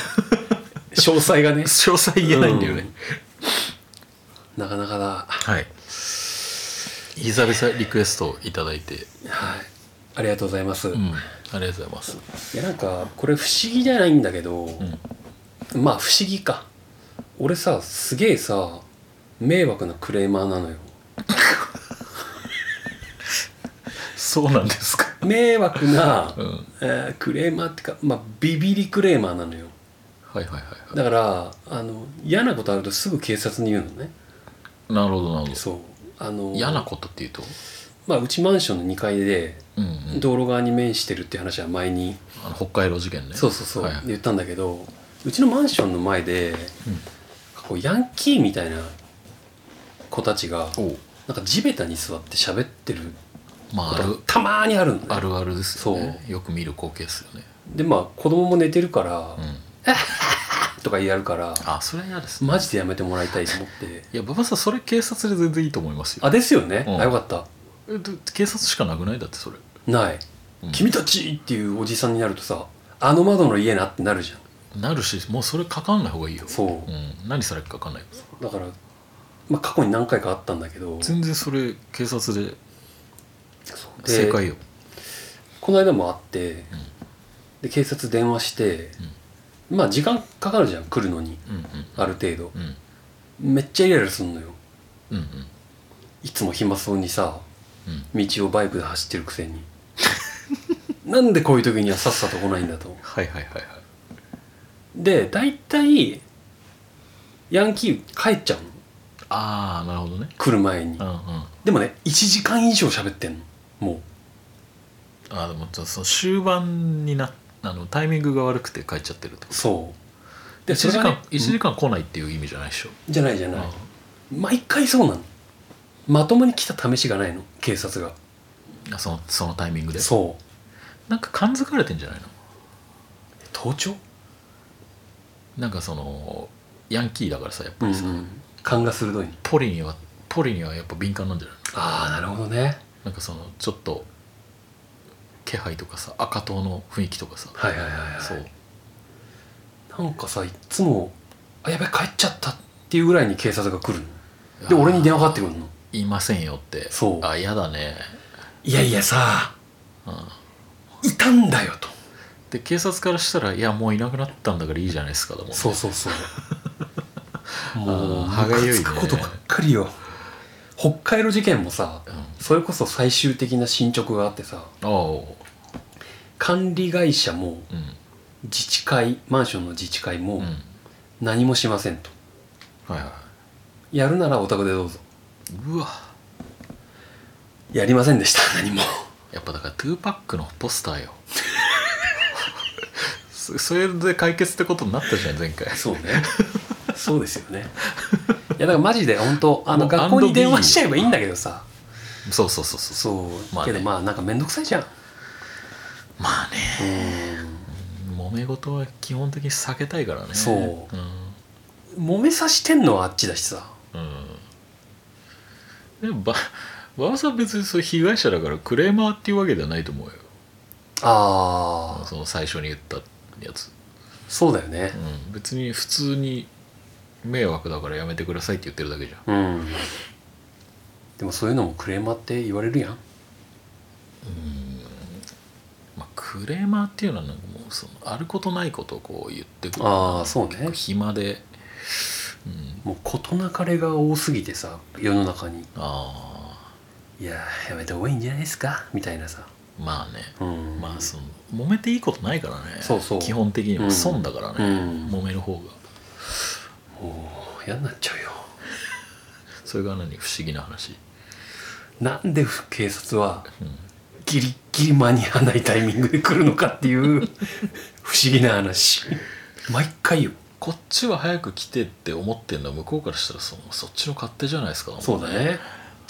[SPEAKER 1] 詳細がね
[SPEAKER 2] 詳細言えないんだよね、
[SPEAKER 1] なかなかだ
[SPEAKER 2] はい久々リクエストをいただいて、
[SPEAKER 1] はいありがとうございます、
[SPEAKER 2] う
[SPEAKER 1] い
[SPEAKER 2] ん、ありがとうございます、
[SPEAKER 1] やなんかこれ不思議じゃないんだけど、
[SPEAKER 2] うん、
[SPEAKER 1] まあ不思議か俺さすげえさ迷惑なクレーマーなのよ
[SPEAKER 2] そうなんですか、
[SPEAKER 1] 迷惑な、
[SPEAKER 2] うん、はい
[SPEAKER 1] えークレーマーってか、まあ、ビビリクレーマーなのよ
[SPEAKER 2] はいはいはい
[SPEAKER 1] だからあの嫌なことあるとすぐ警察に言うのね
[SPEAKER 2] なるほどなるほど
[SPEAKER 1] そうあの
[SPEAKER 2] 嫌なことっていうと、
[SPEAKER 1] まあうちマンションの2階で
[SPEAKER 2] うんうん、
[SPEAKER 1] 道路側に面してるって話は前に、
[SPEAKER 2] あの北海道事件ね
[SPEAKER 1] そうそうそう、
[SPEAKER 2] はいはい
[SPEAKER 1] 言ったんだけどうちのマンションの前で、こうヤンキーみたいな子たちが
[SPEAKER 2] お
[SPEAKER 1] なんか地べたに座って喋ってる
[SPEAKER 2] ま
[SPEAKER 1] こ
[SPEAKER 2] ああ
[SPEAKER 1] と
[SPEAKER 2] る
[SPEAKER 1] がたまーにあるんだ
[SPEAKER 2] あ
[SPEAKER 1] よ
[SPEAKER 2] るあるですよねよく見る光景ですよね、
[SPEAKER 1] でまあ子供も寝てるから
[SPEAKER 2] う、ん、
[SPEAKER 1] とかやるから
[SPEAKER 2] あそれは嫌ですね
[SPEAKER 1] マジでやめてもらいたいと思って
[SPEAKER 2] いや馬場さんそれ警察で全然いいと思いますよ
[SPEAKER 1] あですよね、
[SPEAKER 2] うん
[SPEAKER 1] あよかった
[SPEAKER 2] えど警察しかなくないだってそれ、
[SPEAKER 1] ない、
[SPEAKER 2] うん
[SPEAKER 1] 君たちっていうおじさんになるとさあの窓の家なってなるじゃん
[SPEAKER 2] なるしもうそれかかんない方がいいよ
[SPEAKER 1] そう
[SPEAKER 2] う、ん、何されるかかんないです
[SPEAKER 1] だから、まあ、過去に何回かあったんだけど
[SPEAKER 2] 全然それ警察で
[SPEAKER 1] そうで
[SPEAKER 2] 正解よ、
[SPEAKER 1] この間もあって、で警察電話して、まあ時間かかるじゃん来るのに
[SPEAKER 2] うんうん
[SPEAKER 1] ある程度
[SPEAKER 2] うんうん
[SPEAKER 1] めっちゃイライラすんのよ
[SPEAKER 2] うん
[SPEAKER 1] いつも暇そうにさ
[SPEAKER 2] うん
[SPEAKER 1] 道をバイクで走ってるくせ になんでこういう時にはさっさと来ないんだと
[SPEAKER 2] はいはいはいはい
[SPEAKER 1] で大体ヤンキー帰っちゃうの
[SPEAKER 2] ああなるほどね
[SPEAKER 1] 来る前に
[SPEAKER 2] うんうんあ
[SPEAKER 1] でもね1時間以上喋ってんのもう
[SPEAKER 2] ーでもちょっとその終盤になあのタイミングが悪くて帰っちゃってるってこと
[SPEAKER 1] そう
[SPEAKER 2] 1
[SPEAKER 1] で
[SPEAKER 2] 時
[SPEAKER 1] それが
[SPEAKER 2] 間
[SPEAKER 1] ね
[SPEAKER 2] 一時間来ないっていう意味じゃないでしょ、
[SPEAKER 1] じゃないじゃ
[SPEAKER 2] う
[SPEAKER 1] ない
[SPEAKER 2] ん
[SPEAKER 1] 毎回そうなのまともに来た試しがないの警察が
[SPEAKER 2] あそのそのタイミングで
[SPEAKER 1] そう
[SPEAKER 2] なんか感づかれてんじゃないの
[SPEAKER 1] 盗聴
[SPEAKER 2] なんかそのヤンキーだからさやっ
[SPEAKER 1] う
[SPEAKER 2] ぱ
[SPEAKER 1] ん、う
[SPEAKER 2] りさ、
[SPEAKER 1] ん、勘が鋭いの
[SPEAKER 2] ポリにはポリにはやっぱ敏感なんじゃないの
[SPEAKER 1] ああなるほどね
[SPEAKER 2] なんかそのちょっと気配とかさ赤党の雰囲気とかさ
[SPEAKER 1] はいはいはいはい
[SPEAKER 2] そう
[SPEAKER 1] なんかさいっつも「あやべ帰っちゃった」っていうぐらいに警察が来るので俺に電話かかってくるの
[SPEAKER 2] いませんよって
[SPEAKER 1] そう
[SPEAKER 2] あ嫌だね、
[SPEAKER 1] いやいやさ
[SPEAKER 2] うん、
[SPEAKER 1] いたんだよと
[SPEAKER 2] で警察からしたらいやもういなくなったんだからいいじゃないですかだもんね
[SPEAKER 1] そうそうそう もう
[SPEAKER 2] あー歯がゆいね
[SPEAKER 1] ムカつくことばっかりよ北海道事件もさ
[SPEAKER 2] うん、あ
[SPEAKER 1] それこそ最終的な進捗があってさ
[SPEAKER 2] あお
[SPEAKER 1] 管理会社も
[SPEAKER 2] ううん
[SPEAKER 1] 自治会マンションの自治会
[SPEAKER 2] うん
[SPEAKER 1] も
[SPEAKER 2] はい
[SPEAKER 1] 何もしませんと
[SPEAKER 2] は
[SPEAKER 1] やるならお宅でどうぞ
[SPEAKER 2] いうわ
[SPEAKER 1] やりませんで した何も
[SPEAKER 2] やっぱだから2パックのポスタ ーよそそれで解決ってことになったじゃん前回
[SPEAKER 1] そうねそうですよねいやだからマジで本当あの
[SPEAKER 2] もう
[SPEAKER 1] 学校
[SPEAKER 2] and
[SPEAKER 1] に電話しちゃえばいいんだけどさ
[SPEAKER 2] そうそうそうそう
[SPEAKER 1] そう、
[SPEAKER 2] まあね
[SPEAKER 1] けどまあなんか面倒くさいじゃん
[SPEAKER 2] まあね
[SPEAKER 1] う
[SPEAKER 2] 揉め事は基本的に避けたいからね
[SPEAKER 1] そう
[SPEAKER 2] うん
[SPEAKER 1] ん揉めさしてんのはあっちだしさ
[SPEAKER 2] うんでもば馬場さんは別にそう被害者だからクレーマーっていうわけではないと思うよ
[SPEAKER 1] ああ
[SPEAKER 2] その最初に言ったやつ、
[SPEAKER 1] そうだよね
[SPEAKER 2] うん、別に普通に迷惑だからやめてくださいって言ってるだけじゃん
[SPEAKER 1] うんでもそういうのもクレーマーって言われるやん
[SPEAKER 2] まあ、クレーマーっていうのはなんかもうそのあることないことをこう言ってくる
[SPEAKER 1] ああそうね
[SPEAKER 2] 暇で、うん、
[SPEAKER 1] もう事なかれが多すぎてさ世の中に
[SPEAKER 2] あ
[SPEAKER 1] いやーやめた方がいいんじゃないですかみたいなさ
[SPEAKER 2] あまあね
[SPEAKER 1] うん
[SPEAKER 2] まあその揉めていいことないからね
[SPEAKER 1] そうそう
[SPEAKER 2] 基本的に
[SPEAKER 1] う
[SPEAKER 2] は
[SPEAKER 1] ん
[SPEAKER 2] 損だから
[SPEAKER 1] う
[SPEAKER 2] ね、
[SPEAKER 1] んも
[SPEAKER 2] 揉める方が
[SPEAKER 1] う嫌になっちゃうよ
[SPEAKER 2] それが何不思議な話、
[SPEAKER 1] なんで警察は
[SPEAKER 2] うん
[SPEAKER 1] ギリッギリ間に合わないタイミングで来るのかっていう不思議な話毎回よ
[SPEAKER 2] こっちは早く来てって思ってんのは向こうからしたらそのそっちの勝手じゃないですか
[SPEAKER 1] そうだね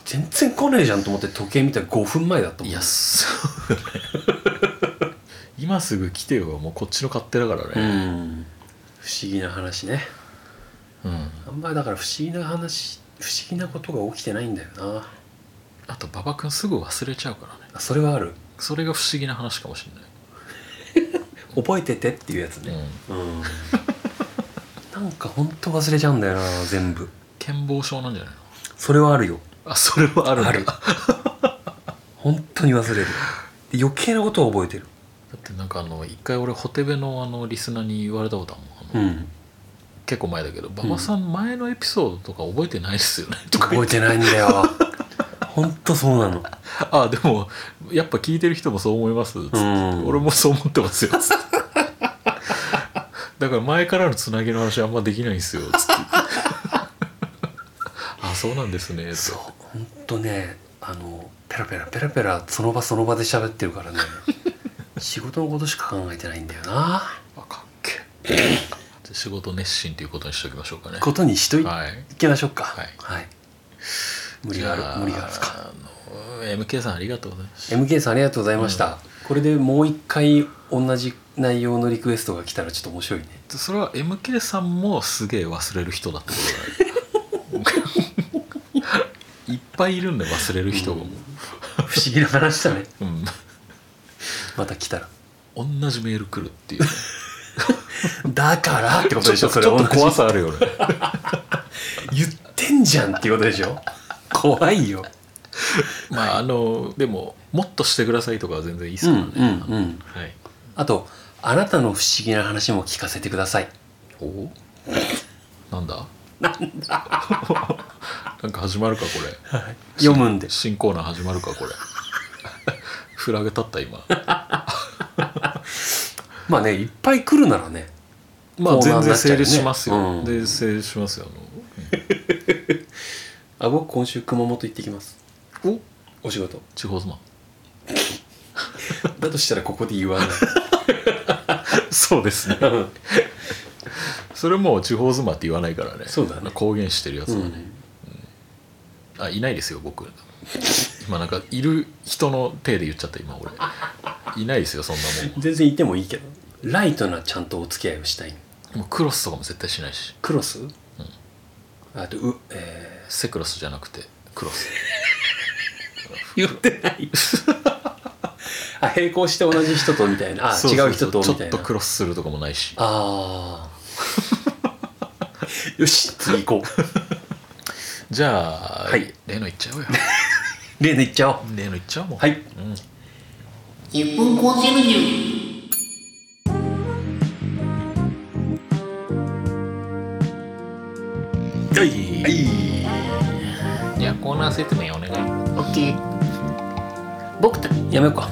[SPEAKER 1] 全然来ねえじゃんと思って時計見たら5分前だったもん
[SPEAKER 2] いやそうだね今すぐ来てよはもうこっちの勝手だから
[SPEAKER 1] う
[SPEAKER 2] ね
[SPEAKER 1] ん不思議な話ね
[SPEAKER 2] うん、
[SPEAKER 1] あんまりだから不思議な話不思議なことが起きてないんだよな
[SPEAKER 2] あと馬場君すぐ忘れちゃうからね
[SPEAKER 1] あそれはある
[SPEAKER 2] それが不思議な話かもしれ
[SPEAKER 1] 覚えててっていうやつ
[SPEAKER 2] ない、
[SPEAKER 1] ね
[SPEAKER 2] うん、
[SPEAKER 1] うん、なんかほんと忘れちゃうんだよな全部
[SPEAKER 2] 健忘症なんじゃない
[SPEAKER 1] それはあるよ
[SPEAKER 2] のあそれはあるんだ
[SPEAKER 1] ある
[SPEAKER 2] だ
[SPEAKER 1] 本当に忘れるで余計なことは覚えてる
[SPEAKER 2] ってなんかあの一回俺ホテベのあのリスナーに言われたことあるもんあの
[SPEAKER 1] ん
[SPEAKER 2] 結構前だけど馬場さん前のエピソードとか覚えてないですよね、とか言って
[SPEAKER 1] 覚えてないんだ よ本当そうなの
[SPEAKER 2] あでもやっぱ聞いてる人もそう思います、
[SPEAKER 1] ん
[SPEAKER 2] 俺もそう思ってますよつってだから前からのつなぎの話あんまできないん ですよつってあそうなんですね
[SPEAKER 1] そう
[SPEAKER 2] と
[SPEAKER 1] 本当ねあのペラペラペラペラその場その場で喋ってるから ね仕事のことしか考えてないんだよな
[SPEAKER 2] あかっけえじゃあ仕事熱心ということにしておきましょうかね
[SPEAKER 1] ことにしとい
[SPEAKER 2] はい
[SPEAKER 1] きましょうか
[SPEAKER 2] はい
[SPEAKER 1] 無理がある
[SPEAKER 2] じゃ
[SPEAKER 1] 無理があるか
[SPEAKER 2] あの MK さんありがとうございます
[SPEAKER 1] MK さんありがとうございました、これでもう一回同じ内容のリクエストが来たらちょっと面白いね
[SPEAKER 2] それは MK さんもすげえ忘れる人だっ てことだねいっぱいいるんで忘れる人がも
[SPEAKER 1] 不思議な話だね
[SPEAKER 2] う、うん
[SPEAKER 1] また来たら
[SPEAKER 2] 同じメール来るっ ていうね、
[SPEAKER 1] だからってことでしょ
[SPEAKER 2] ちょ
[SPEAKER 1] そ
[SPEAKER 2] っ
[SPEAKER 1] れ
[SPEAKER 2] とちょっと怖
[SPEAKER 1] 同
[SPEAKER 2] さあるよね
[SPEAKER 1] じ言ってんじゃんっていうことでしょ怖いよ
[SPEAKER 2] まああのでももっとしてくださいとかは全然いいですからね、
[SPEAKER 1] うんうんうん
[SPEAKER 2] はい
[SPEAKER 1] あとあなたの不思議な話も聞かせてください
[SPEAKER 2] おなんだなんだ なんか始まるかこれ
[SPEAKER 1] 読むんで
[SPEAKER 2] 新コーナー始まるかこれ フラグ立っ た今
[SPEAKER 1] まあねいっぱい来るならね
[SPEAKER 2] まあ
[SPEAKER 1] コーナー
[SPEAKER 2] 全
[SPEAKER 1] にな
[SPEAKER 2] 然
[SPEAKER 1] っちゃうよね
[SPEAKER 2] 整理しますよ、
[SPEAKER 1] うん
[SPEAKER 2] で整理しますよ
[SPEAKER 1] あ僕今週熊本行ってきます
[SPEAKER 2] あのお
[SPEAKER 1] お仕事
[SPEAKER 2] 地方 妻
[SPEAKER 1] だとしたらここで言わない
[SPEAKER 2] そうですね
[SPEAKER 1] うん
[SPEAKER 2] それもう地方妻って言わないからね
[SPEAKER 1] そうだね
[SPEAKER 2] 公言してるやつ
[SPEAKER 1] う
[SPEAKER 2] はね、
[SPEAKER 1] ん
[SPEAKER 2] あいないですよ僕今なんかいる人の手で言っちゃった今俺いないですよそんなも
[SPEAKER 1] 全然いてもいいけどライトなちゃんとお付き合いをしたい
[SPEAKER 2] んもうクロスとかも絶対しないし
[SPEAKER 1] クロス、あとうえ
[SPEAKER 2] セクロスじゃなくてクロス
[SPEAKER 1] ー、言ってない あ並行して同じ人とみたいなあ
[SPEAKER 2] そうそう
[SPEAKER 1] 違う人と
[SPEAKER 2] そう
[SPEAKER 1] み
[SPEAKER 2] ち
[SPEAKER 1] た
[SPEAKER 2] ょ
[SPEAKER 1] い
[SPEAKER 2] っと
[SPEAKER 1] な
[SPEAKER 2] クロスするとかもないし
[SPEAKER 1] あ ーよし次行こ
[SPEAKER 2] じゃあ、
[SPEAKER 1] はい
[SPEAKER 2] 例のいっちゃおうよ
[SPEAKER 1] う例の行っちゃおう
[SPEAKER 2] 例のいっちゃおうもう
[SPEAKER 1] はい
[SPEAKER 2] うん
[SPEAKER 3] 日本コンシェルジュ
[SPEAKER 2] はい
[SPEAKER 1] い
[SPEAKER 2] じゃあコーナー説明お願い
[SPEAKER 3] オッケー僕た
[SPEAKER 1] やめようか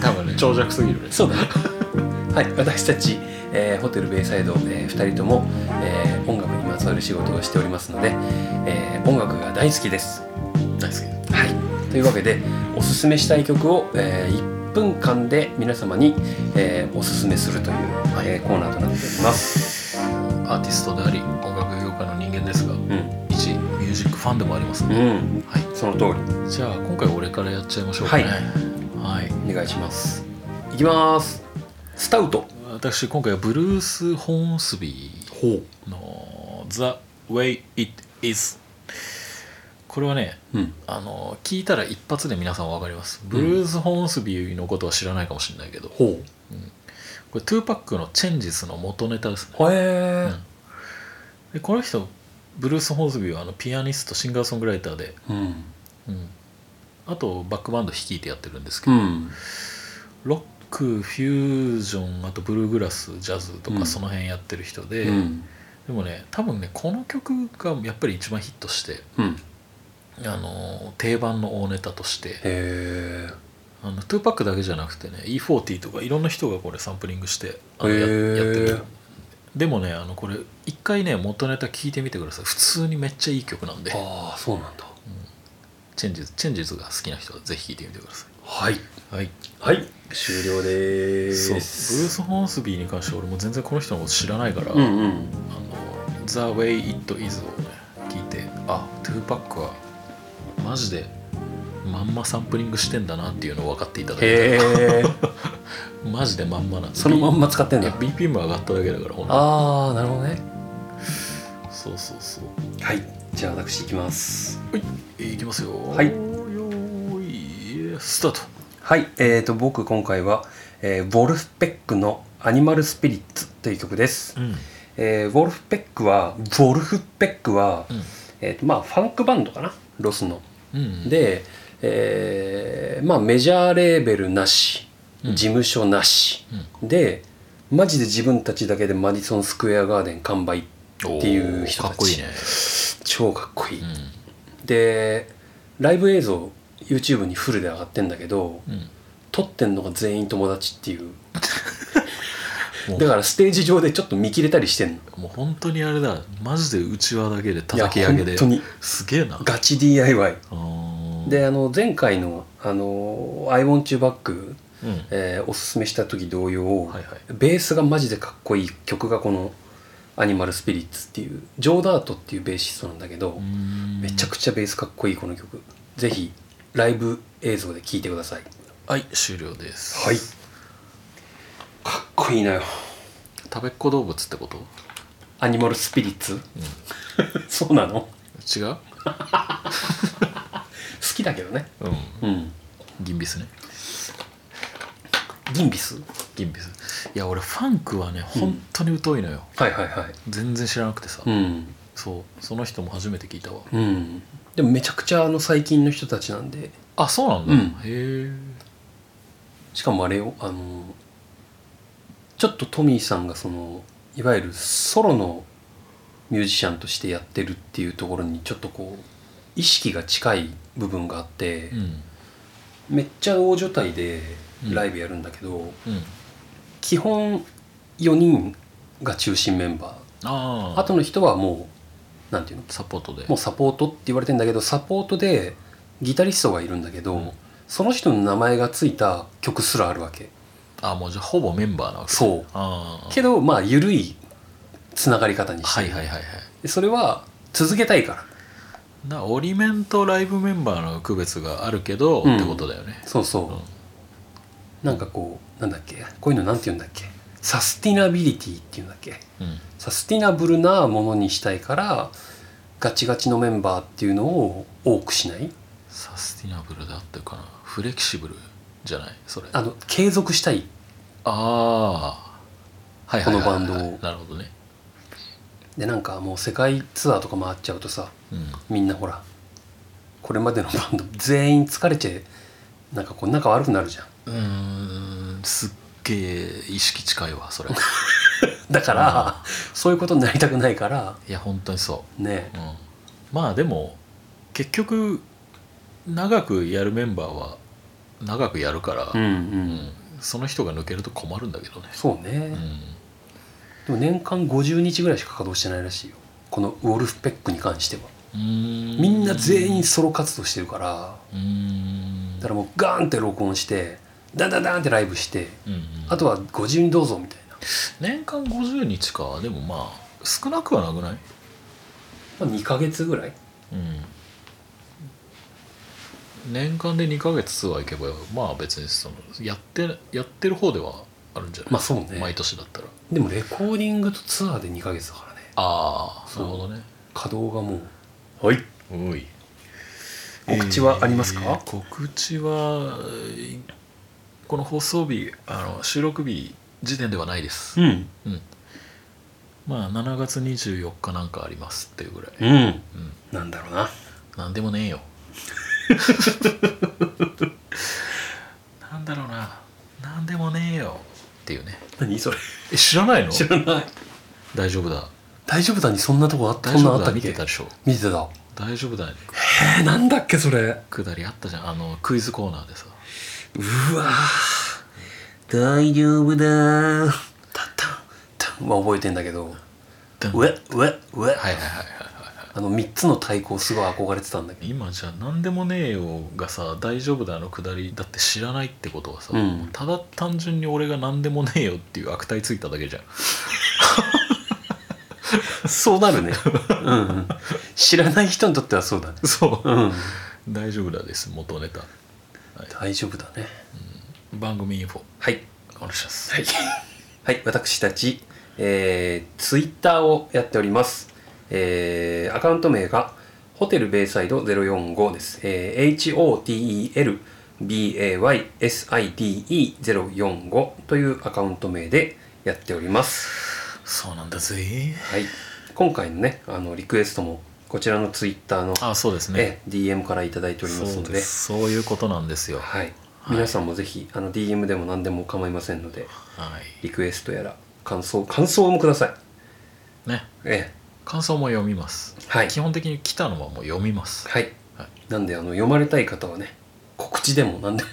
[SPEAKER 2] 多分ね長尺すぎるね
[SPEAKER 1] そうだね はい私たち、えーホテルベイサイド、え2人とも、えー音楽にまつわる仕事をしておりますので、えー音楽が大好きです
[SPEAKER 2] 大好き
[SPEAKER 1] はい、というわけでおすすめしたい曲を、えー1分間で皆様に、えーおすすめするという、
[SPEAKER 2] はい
[SPEAKER 1] えーコーナーとなっております。
[SPEAKER 2] アーティストであり音楽業界の人間ですが
[SPEAKER 1] うん、
[SPEAKER 2] 一ミュージックファンでもあります
[SPEAKER 1] う
[SPEAKER 2] ね、
[SPEAKER 1] ん、
[SPEAKER 2] はい
[SPEAKER 1] その通り
[SPEAKER 2] じゃあ今回俺からやっちゃいましょうかね
[SPEAKER 1] はい
[SPEAKER 2] はい
[SPEAKER 1] お願いします。いきます。スタウト。
[SPEAKER 2] 私今回はブルース・ホーンスビ
[SPEAKER 1] ほ
[SPEAKER 2] ーの「The Way It Is」これはね
[SPEAKER 1] う。うん。
[SPEAKER 2] あの聞いたら一発で皆さん分かりますブルース・ホーンスビーのことは知らないかもしれないけど、こ
[SPEAKER 1] ほ
[SPEAKER 2] れ2パックの「チェンジス」の元ネタですね
[SPEAKER 1] う。へえ
[SPEAKER 2] うん。でこの人ブルース・ホーンスビーはあのピアニストシンガーソングライターで、
[SPEAKER 1] うん。
[SPEAKER 2] うんあとバックバンド率いてやってるんですけ
[SPEAKER 1] う
[SPEAKER 2] ど、
[SPEAKER 1] ん。
[SPEAKER 2] ロックフュージョンあとブルーグラスジャズと
[SPEAKER 1] うん
[SPEAKER 2] かその辺やってる人で、
[SPEAKER 1] うん。
[SPEAKER 2] でもね多分ねこの曲がやっぱり一番ヒットして、
[SPEAKER 1] うん。
[SPEAKER 2] あの定番の大ネタとして
[SPEAKER 1] へえ。
[SPEAKER 2] あの2パックだけじゃなくてね E40 とかいろんな人がこれサンプリングしてあの
[SPEAKER 1] へ
[SPEAKER 2] や
[SPEAKER 1] ー
[SPEAKER 2] やってるでもねあのこれ一回ね元ネタ聞いてみてください普通にめっちゃいい曲なんで
[SPEAKER 1] ああ、そうなんだ。
[SPEAKER 2] チェンジズチェンジズが好きな人はぜひ聞いてみてくださ
[SPEAKER 1] はい。
[SPEAKER 2] いはい
[SPEAKER 1] はい。終了でーす。
[SPEAKER 2] そうブルース・ホーンスビーに関して俺も全然この人のこと知らないから、
[SPEAKER 1] うんうん。
[SPEAKER 2] あの「The Way It Is」をね聞いてあトゥーパックはマジでまんまサンプリングしてんだなっていうのを分かっていただい
[SPEAKER 1] へえ。
[SPEAKER 2] たマジでまんまなんです
[SPEAKER 1] そのまんま使ってん
[SPEAKER 2] い
[SPEAKER 1] だ
[SPEAKER 2] や。BPM 上がっただけだからほんと
[SPEAKER 1] ああ、なるほどね。
[SPEAKER 2] そうそうそう
[SPEAKER 1] はい、じゃあ私行きます。
[SPEAKER 2] えーいきますよ
[SPEAKER 1] はい
[SPEAKER 2] よーいスタート
[SPEAKER 1] はい、えー、と僕今回は、えー、ボルフペックのアニマルスピリッツという曲です。
[SPEAKER 2] うん
[SPEAKER 1] えー、ボルフペックはボルフペックは、
[SPEAKER 2] うん
[SPEAKER 1] えー、とまあファンクバンドかな、ロスの。
[SPEAKER 2] うん
[SPEAKER 1] で、えーまあメジャーレーベルなし、
[SPEAKER 2] うん
[SPEAKER 1] 事務所なし、でマジで自分たちだけでマディソンスクエアガーデン完売っていう人
[SPEAKER 2] おー
[SPEAKER 1] たち。
[SPEAKER 2] かっこいいね
[SPEAKER 1] 超かっこいい。
[SPEAKER 2] う
[SPEAKER 1] でライブ映像 YouTube にフルで上がってんだけど
[SPEAKER 2] んうん
[SPEAKER 1] 撮ってんのが全員友達っていう
[SPEAKER 2] もう
[SPEAKER 1] だからステージ上でちょっと見切れたりしてんの
[SPEAKER 2] もう本当にあれだマジでうちわだけで
[SPEAKER 1] いや
[SPEAKER 2] 叩き上げ
[SPEAKER 1] 本
[SPEAKER 2] で
[SPEAKER 1] 当に
[SPEAKER 2] すげえな
[SPEAKER 1] ガチ DIY
[SPEAKER 2] あー
[SPEAKER 1] であの前回の「あの I want you back
[SPEAKER 2] うん」
[SPEAKER 1] えーおすすめした時同様、
[SPEAKER 2] はいはい
[SPEAKER 1] ベースがマジでかっこいい曲がこのアニマルスピリッツっていうジョー・ダートっていうベーシストなんだけど、めちゃ
[SPEAKER 2] く
[SPEAKER 1] くちゃベースかっこいいこの曲ぜひライブ映像で聴いてください
[SPEAKER 2] はい終了です
[SPEAKER 1] はいかっこいいのよ
[SPEAKER 2] 食べっ子動物ってこと
[SPEAKER 1] アニマルスピリッツ、 そうなの好
[SPEAKER 2] 違う
[SPEAKER 1] きだけどね
[SPEAKER 2] うん
[SPEAKER 1] うん
[SPEAKER 2] ギンビスね
[SPEAKER 1] ギンビス
[SPEAKER 2] ギンビスいや俺ファンクはね本当に疎いのよ、
[SPEAKER 1] はいはいはい
[SPEAKER 2] 全然知らなくてさ、
[SPEAKER 1] うん
[SPEAKER 2] そうその人も初めて聞いたわ
[SPEAKER 1] うんでもめちゃくちゃあの最近の人たちなんで
[SPEAKER 2] あそうなんだ、
[SPEAKER 1] うん
[SPEAKER 2] へえ
[SPEAKER 1] しかもあれをあのちょっとトミーさんがそのいわゆるソロのミュージシャンとしてやってるっていうところにちょっとこう意識が近い部分があって、
[SPEAKER 2] うん
[SPEAKER 1] めっちゃ大所帯で
[SPEAKER 2] うん
[SPEAKER 1] ライブやるんだけど、
[SPEAKER 2] うん
[SPEAKER 1] 基本4人が中心メンバー
[SPEAKER 2] ああ
[SPEAKER 1] あとの人はもうなんていうの
[SPEAKER 2] サポートで
[SPEAKER 1] もうサポートって言われてんだけどサポートでギタリストがいるんだけど、
[SPEAKER 2] うん
[SPEAKER 1] その人の名前がついた曲すらあるわけ
[SPEAKER 2] あもうじゃあほぼメンバーなわけ
[SPEAKER 1] そう
[SPEAKER 2] ああ
[SPEAKER 1] けどまあ緩いつながり方にして
[SPEAKER 2] はい
[SPEAKER 1] る、
[SPEAKER 2] はいはいはい
[SPEAKER 1] でそれは続けたいから
[SPEAKER 2] なオリメンとライブメンバーの区別があるけど、
[SPEAKER 1] うん
[SPEAKER 2] ってことだよね
[SPEAKER 1] そうそう、
[SPEAKER 2] うん
[SPEAKER 1] なんかこうなんだっけこういうのなんて言うんだっけサスティナビリティっていうんだっけ
[SPEAKER 2] うん
[SPEAKER 1] サスティナブルなものにしたいからガチガチのメンバーっていうのを多くしない
[SPEAKER 2] サスティナブルだってるかなフレキシブルじゃないそれあ
[SPEAKER 1] あの継続したい
[SPEAKER 2] あーはいはいはい、はい、
[SPEAKER 1] このバンドを
[SPEAKER 2] なるほどね
[SPEAKER 1] でなんかもう世界ツアーとか回っちゃうとさ
[SPEAKER 2] うん
[SPEAKER 1] みんなほらこれまでのバンド全員疲れてなんかこう仲悪くなるじゃん
[SPEAKER 2] うーんすっげえ意識近 いわそれ
[SPEAKER 1] だからそういうことになりたくないから
[SPEAKER 2] いや本当にそ
[SPEAKER 1] ね
[SPEAKER 2] う、うん、まあでも結局長くやるメンバーは長くやるから、
[SPEAKER 1] うんう
[SPEAKER 2] うん
[SPEAKER 1] ん
[SPEAKER 2] その人が抜けると困るんだけどね
[SPEAKER 1] そう
[SPEAKER 2] う
[SPEAKER 1] ね、
[SPEAKER 2] ん
[SPEAKER 1] でも年間50日ぐらいしか稼働してないらしいよこのウォルフペックに関しては
[SPEAKER 2] うー
[SPEAKER 1] みんな全員ソロ活動してるから
[SPEAKER 2] うーん
[SPEAKER 1] だからもうガーンって録音してダンダンダンってライブして
[SPEAKER 2] うんうん
[SPEAKER 1] あとはご自由にどうぞみたい
[SPEAKER 2] 年間50日かでもまあ少なくはなくない
[SPEAKER 1] な、まあ、2ヶ月ぐらい
[SPEAKER 2] うん年間で2ヶ月ツアー行けばまあ別にそのやってやってる方ではあるんじゃない
[SPEAKER 1] まあそうね
[SPEAKER 2] 毎年だったら
[SPEAKER 1] でもレコーディングとツアーで2ヶ月だからね
[SPEAKER 2] ああ
[SPEAKER 1] そ
[SPEAKER 2] な
[SPEAKER 1] う
[SPEAKER 2] るほどね
[SPEAKER 1] 稼働がもうはい
[SPEAKER 2] おい
[SPEAKER 1] 告知はありますか
[SPEAKER 2] 告知はえーこの放送日あの収録日時点ではないです、
[SPEAKER 1] うん
[SPEAKER 2] うんまあ7月24日なんかありますっていうぐらい、
[SPEAKER 1] うん
[SPEAKER 2] うん、
[SPEAKER 1] なんだろうな
[SPEAKER 2] なんでもねえよなんだろうななんでもねえよっていうね
[SPEAKER 1] 何それ
[SPEAKER 2] え知らないの
[SPEAKER 1] 知らない
[SPEAKER 2] 大丈夫だ
[SPEAKER 1] 大丈夫だにそんなとこあった
[SPEAKER 2] 大
[SPEAKER 1] そん
[SPEAKER 2] 丈
[SPEAKER 1] なあ
[SPEAKER 2] 夫
[SPEAKER 1] った
[SPEAKER 2] だ
[SPEAKER 1] っけ
[SPEAKER 2] 見てたでしょ
[SPEAKER 1] 見てた
[SPEAKER 2] 大丈夫だね
[SPEAKER 1] えー、なんだっけそれ
[SPEAKER 2] くだりあったじゃんあのクイズコーナーでさ
[SPEAKER 1] うわ大丈夫だーたったたまあ覚えてんだけど
[SPEAKER 2] でも
[SPEAKER 1] うえうえうえ
[SPEAKER 2] はいはいはいはいは
[SPEAKER 1] あの3つの太鼓すごい憧れてたんだけ
[SPEAKER 2] い今じゃあなんでもねえよがさ大丈夫だのくだりだって知らないってことはさ、
[SPEAKER 1] うん
[SPEAKER 2] ただ単純に俺がなんでもねえよっていう悪態ついただけじゃん
[SPEAKER 1] ど そうなるねうん、うん、知らない人にとってはそうだね
[SPEAKER 2] そう
[SPEAKER 1] うん
[SPEAKER 2] 大丈夫だです元ネタ
[SPEAKER 1] 大丈夫だね
[SPEAKER 2] 番組インフォ
[SPEAKER 1] はい
[SPEAKER 2] お願いします
[SPEAKER 1] はい、はい、私たち、えー、ツイッターをやっております、えーアカウント名がホテルベイサイド045です、えー HOTELBAYSIDE045 というアカウント名でやっております
[SPEAKER 2] そうなんだぜ
[SPEAKER 1] はい今回のねあのリクエストもこちらのツイッターの、
[SPEAKER 2] あそうですね
[SPEAKER 1] えー DM からいただいております
[SPEAKER 2] そ
[SPEAKER 1] の
[SPEAKER 2] う
[SPEAKER 1] で
[SPEAKER 2] ですそういうことなんですよは
[SPEAKER 1] はい、皆さんもぜひあの DM でも何でも構いませんのでリクエストやら感想感想もください
[SPEAKER 2] いね
[SPEAKER 1] え
[SPEAKER 2] 感想も読みます
[SPEAKER 1] えはい
[SPEAKER 2] 基本的に来たのはもう読みます
[SPEAKER 1] はい
[SPEAKER 2] はい
[SPEAKER 1] なんであの読まれたい方はね告知でも何でも、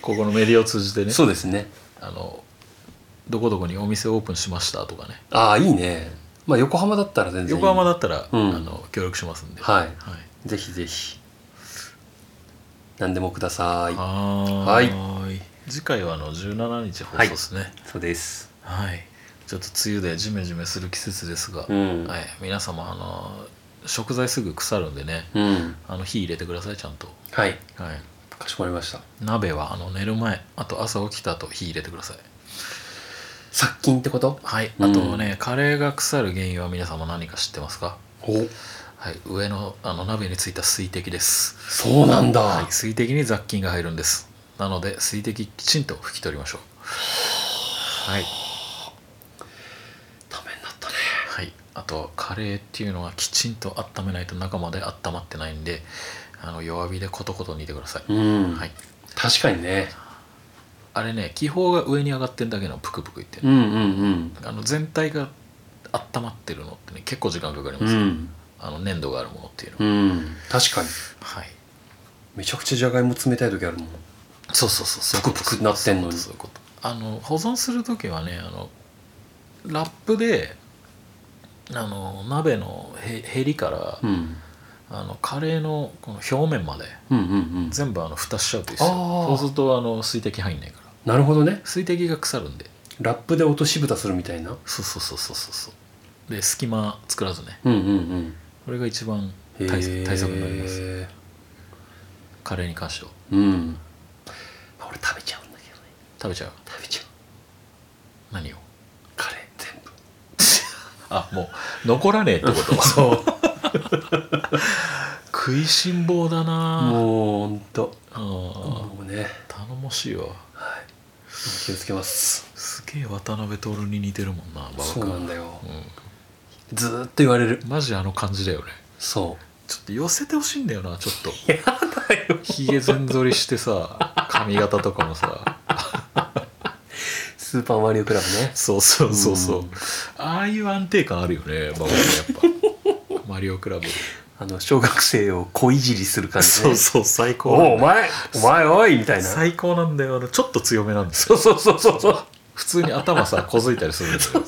[SPEAKER 2] ここのメディアを通じてね
[SPEAKER 1] そうですね
[SPEAKER 2] あのどこどこにお店オープンしましたとかね
[SPEAKER 1] ああいいねまあ横浜だったら全然いい
[SPEAKER 2] 横浜だったら、
[SPEAKER 1] うん
[SPEAKER 2] あの協力しますんでは
[SPEAKER 1] はいぜひぜひ何でもくださ
[SPEAKER 2] い
[SPEAKER 1] い
[SPEAKER 2] はーい次回はあの17日放送ですね
[SPEAKER 1] そうです
[SPEAKER 2] はい、ちょっと梅雨でジメジメする季節ですが、
[SPEAKER 1] うん
[SPEAKER 2] はい、皆様あの食材すぐ腐るんでね
[SPEAKER 1] うん
[SPEAKER 2] あの火入れてくださいちゃんと、
[SPEAKER 1] はい
[SPEAKER 2] はい、
[SPEAKER 1] かしこまりました
[SPEAKER 2] 鍋はあの寝る前あと朝起きた後火入れてください
[SPEAKER 1] 殺菌ってこと
[SPEAKER 2] はい
[SPEAKER 1] うん
[SPEAKER 2] あとね、カレーが腐る原因は皆様何か知ってますか
[SPEAKER 1] お
[SPEAKER 2] はい上のあの鍋についた水滴です
[SPEAKER 1] そうなんだ、
[SPEAKER 2] はい、水滴に雑菌が入るんですなので水滴きちんと拭き取りましょうはい、
[SPEAKER 1] ためになったね
[SPEAKER 2] はい、あとカレーっていうのはきちんと温めないと中まで温まってないんであの弱火でコトコト煮てください、
[SPEAKER 1] うん、
[SPEAKER 2] はい、
[SPEAKER 1] 確かにね
[SPEAKER 2] あれね気泡が上に上がってるだけのプクプクいって
[SPEAKER 1] う
[SPEAKER 2] ね、
[SPEAKER 1] んうん
[SPEAKER 2] あの全体が温まってるのってね結構時間かかり
[SPEAKER 1] う
[SPEAKER 2] ます、
[SPEAKER 1] ん
[SPEAKER 2] あの粘度があるものっていうのは、
[SPEAKER 1] うん、うん、確かに
[SPEAKER 2] はい
[SPEAKER 1] めちゃくちゃじゃがいも冷たい時あるもん
[SPEAKER 2] そうそうそうそう
[SPEAKER 1] プクプクなってんのに
[SPEAKER 2] そういうことそういうことあの保存する時はねあのラップであの鍋のへへりから、
[SPEAKER 1] うん
[SPEAKER 2] あのカレーのこの表面まで
[SPEAKER 1] うんうんうん
[SPEAKER 2] 全部あの蓋しちゃうといいですよ
[SPEAKER 1] あー
[SPEAKER 2] そうするとあの水滴入んないから
[SPEAKER 1] なるほどね
[SPEAKER 2] 水滴が腐るんで
[SPEAKER 1] ラップで落とし蓋するみたいな
[SPEAKER 2] そうそうそうそうそうそうで隙間作らずね
[SPEAKER 1] うんうん
[SPEAKER 2] これが一番
[SPEAKER 1] うん
[SPEAKER 2] 対策対策になります
[SPEAKER 1] へー
[SPEAKER 2] カレーに関しては
[SPEAKER 1] うんまあ俺食べちゃうんだけどね
[SPEAKER 2] 食べちゃう
[SPEAKER 1] 食べちゃう
[SPEAKER 2] 何を
[SPEAKER 1] カレー全部
[SPEAKER 2] あもう残らねえってこと
[SPEAKER 1] そう
[SPEAKER 2] 食いしん坊だな
[SPEAKER 1] もうほんと
[SPEAKER 2] あー
[SPEAKER 1] もうね
[SPEAKER 2] 頼もしいわ
[SPEAKER 1] 気をつけます
[SPEAKER 2] すげえ渡辺徹に似てるもんな馬場
[SPEAKER 1] そ
[SPEAKER 2] 君
[SPEAKER 1] うなんだよ
[SPEAKER 2] う
[SPEAKER 1] ずーっと言われる
[SPEAKER 2] んマジあの感じだよね
[SPEAKER 1] そう
[SPEAKER 2] ちょっと寄せてほしいんだよなちょっとやだよひげ全剃りしてさ髪型とかもさ
[SPEAKER 1] スーパーマリオクラブね
[SPEAKER 2] そうそうそうそううんああいう安定感あるよね馬場君やっぱマリオクラブ
[SPEAKER 1] あの小学生を小いじりする感じ、ね、
[SPEAKER 2] そうそう最
[SPEAKER 1] お
[SPEAKER 2] 高なんだ
[SPEAKER 1] う
[SPEAKER 2] よ
[SPEAKER 1] お前お前おいみたいな
[SPEAKER 2] 最高なんだよあのちょっと強めなんです
[SPEAKER 1] そ
[SPEAKER 2] よ
[SPEAKER 1] うそうそうそうそう
[SPEAKER 2] 普通に頭さこづいたりす るんですよ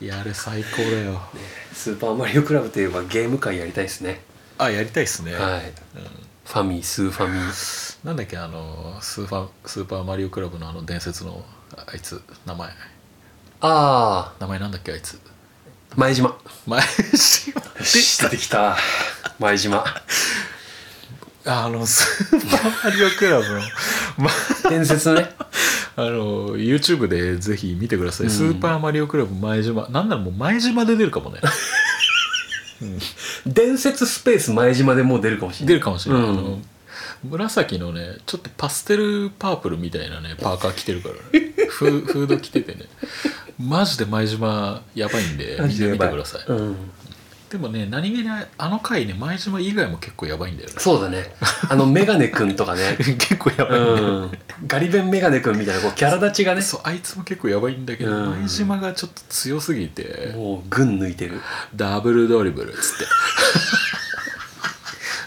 [SPEAKER 2] いやあれ最高だよ
[SPEAKER 1] スーパーマリオクラブといえばゲーム会やりたいですね
[SPEAKER 2] あやりたいっすね、
[SPEAKER 1] はいファミスーファミ
[SPEAKER 2] なんだっけあのスーパースーパーマリオクラブのあの伝説のああいつ名前
[SPEAKER 1] ああ
[SPEAKER 2] 名前なんだっけあいつ
[SPEAKER 1] 前島
[SPEAKER 2] 前 島
[SPEAKER 1] よし出てきた前島
[SPEAKER 2] あのスーパーマリオクラブの、ま、
[SPEAKER 1] 伝説のね
[SPEAKER 2] あの YouTube でぜひ見てくださ
[SPEAKER 1] う
[SPEAKER 2] い、
[SPEAKER 1] ん
[SPEAKER 2] スーパーマリオクラブ前島なんならもう前島で出るかもね
[SPEAKER 1] 伝説スペース前島でもう出るかもしれな
[SPEAKER 2] 出
[SPEAKER 1] い
[SPEAKER 2] るかもしれない、
[SPEAKER 1] うん
[SPEAKER 2] あの紫のねちょっとパステルパープルみたいなねパーカー着てるから、ね、フフード着ててねマジで前島やばいんで
[SPEAKER 1] マ
[SPEAKER 2] 見
[SPEAKER 1] ジ
[SPEAKER 2] て
[SPEAKER 1] でや
[SPEAKER 2] み
[SPEAKER 1] ば
[SPEAKER 2] てください
[SPEAKER 1] うん、
[SPEAKER 2] でもね何気にあの回ね前島以外も結構やばいんだよね
[SPEAKER 1] そうだねあのメガネくんとかね
[SPEAKER 2] 結構やばいんだよ、ね
[SPEAKER 1] うんガリ勉メガネくんみたいなこうキャラ立ちがね
[SPEAKER 2] そうあいつも結構やばいんだけど、
[SPEAKER 1] うん
[SPEAKER 2] 前島がちょっと強すぎて
[SPEAKER 1] もう群抜いてる
[SPEAKER 2] ダブルドリブルっつって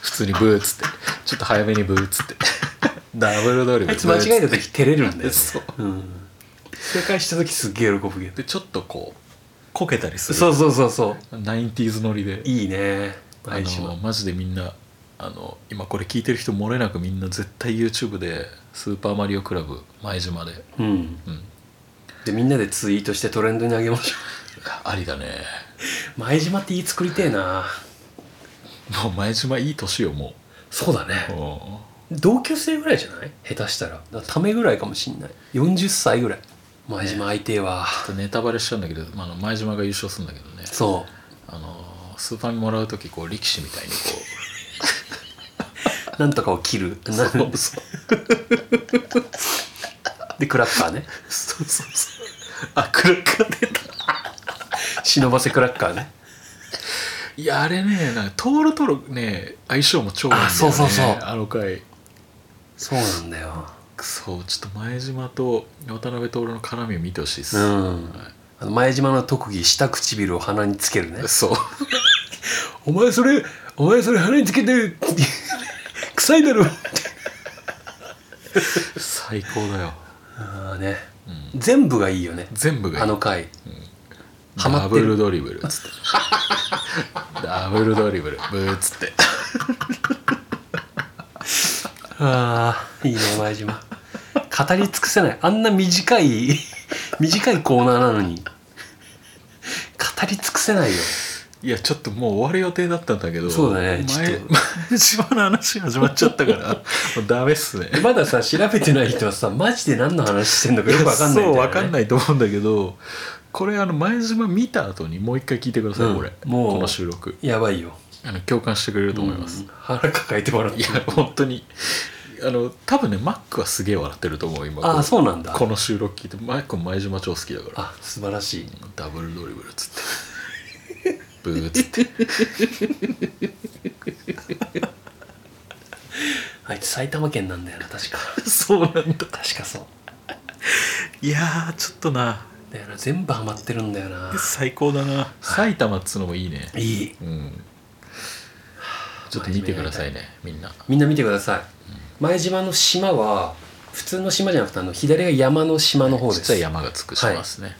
[SPEAKER 2] 普通にブーっつってちょっと早めにブーっつってダブルドリブ
[SPEAKER 1] あ
[SPEAKER 2] ル
[SPEAKER 1] いつ間違え
[SPEAKER 2] ブー
[SPEAKER 1] た
[SPEAKER 2] っつっ
[SPEAKER 1] 時照れるんだよ、 ね、
[SPEAKER 2] そう
[SPEAKER 1] うん、正解した時すっげえ喜ぶけど
[SPEAKER 2] てでちょっとこうこけたりする
[SPEAKER 1] そうそうそうそう
[SPEAKER 2] ナインティーズ乗りで
[SPEAKER 1] いいね
[SPEAKER 2] あ
[SPEAKER 1] 前島
[SPEAKER 2] のマジでみんなあの今これ聞いてる人漏れなくみんな絶対 YouTube で「スーパーマリオクラブ前島で」
[SPEAKER 1] うん
[SPEAKER 2] うん
[SPEAKER 1] でみんなでツイートしてトレンドに上げましょ
[SPEAKER 2] ありだね
[SPEAKER 1] う前島っていい作りてえな
[SPEAKER 2] もう前島いい年よも
[SPEAKER 1] そうだ
[SPEAKER 2] う、う
[SPEAKER 1] ね
[SPEAKER 2] ん
[SPEAKER 1] 同級生ぐらいじゃない下手したらだからためぐらいかもしんない40歳ぐらい前島相手は、
[SPEAKER 2] ちょっとネタバレしちゃうんだけど、まあ、あの前島が優勝するんだけどね
[SPEAKER 1] そ
[SPEAKER 2] あのスーパーにもらう時こう力士みたいにこ
[SPEAKER 1] うなんとかを切る
[SPEAKER 2] う
[SPEAKER 1] な
[SPEAKER 2] そうそう
[SPEAKER 1] でクラッカーね
[SPEAKER 2] そうそうそうあクラッカー出た
[SPEAKER 1] 忍ばせクラッカーね
[SPEAKER 2] いやあれねなんかトールとのね相性も超いいんだよ、ね、
[SPEAKER 1] あそうそうそう
[SPEAKER 2] あの回
[SPEAKER 1] そうなんだよ
[SPEAKER 2] くそうちょっと前島と渡辺徹の絡みを見てほしいです、
[SPEAKER 1] うんあの前島の特技下唇を鼻につけるね
[SPEAKER 2] そう
[SPEAKER 1] お前それお前それ鼻につけて る臭いだろ
[SPEAKER 2] 最高だよ、
[SPEAKER 1] ああね
[SPEAKER 2] うん、
[SPEAKER 1] 全部がいいよね
[SPEAKER 2] 全部がいい
[SPEAKER 1] あの回ハマ
[SPEAKER 2] ダ
[SPEAKER 1] って
[SPEAKER 2] ブ
[SPEAKER 1] る
[SPEAKER 2] ルドリブルっつって ダブルドリブルブーっつって
[SPEAKER 1] ああいいね前島語り尽くせないあんな短い短いコーナーなのに語り尽くせないよ
[SPEAKER 2] いやちょっともう終わる予定だったんだけど
[SPEAKER 1] そうだねちょ
[SPEAKER 2] 前
[SPEAKER 1] っと
[SPEAKER 2] 前島の話始まっちゃった からもうダメっすね
[SPEAKER 1] でまださ調べてない人はさマジで何の話してんのかよくわかんない
[SPEAKER 2] そうわかん
[SPEAKER 1] い
[SPEAKER 2] ないと思うんだけどこれあの前島見た後にもう一回聞いてください、
[SPEAKER 1] うん
[SPEAKER 2] これ
[SPEAKER 1] もう
[SPEAKER 2] この収録
[SPEAKER 1] やばいよ
[SPEAKER 2] あの共感してくれると思います、
[SPEAKER 1] うん腹抱えて笑って
[SPEAKER 2] いや
[SPEAKER 1] る
[SPEAKER 2] 本当にあの多分ねマックはすげえ笑ってると思う今
[SPEAKER 1] ああ
[SPEAKER 2] こ
[SPEAKER 1] そうなんだ
[SPEAKER 2] この収録聞いてマックも前島超好きだから
[SPEAKER 1] あ素晴らしい
[SPEAKER 2] ダブルドリブルっつ ってブーっつって
[SPEAKER 1] あいつ埼玉県なんだよな確か
[SPEAKER 2] そうなんだ
[SPEAKER 1] 確かそう
[SPEAKER 2] いやーちょっとな
[SPEAKER 1] だよな全部ハマってるんだよな
[SPEAKER 2] 最高だな埼玉っつうのもいいね
[SPEAKER 1] いい
[SPEAKER 2] うんちょっと見てくださいねみんな
[SPEAKER 1] みんな見てください前島の島は普通の島じゃなくてあの左が山の島の方です、
[SPEAKER 2] ちっちゃい山がつくしますね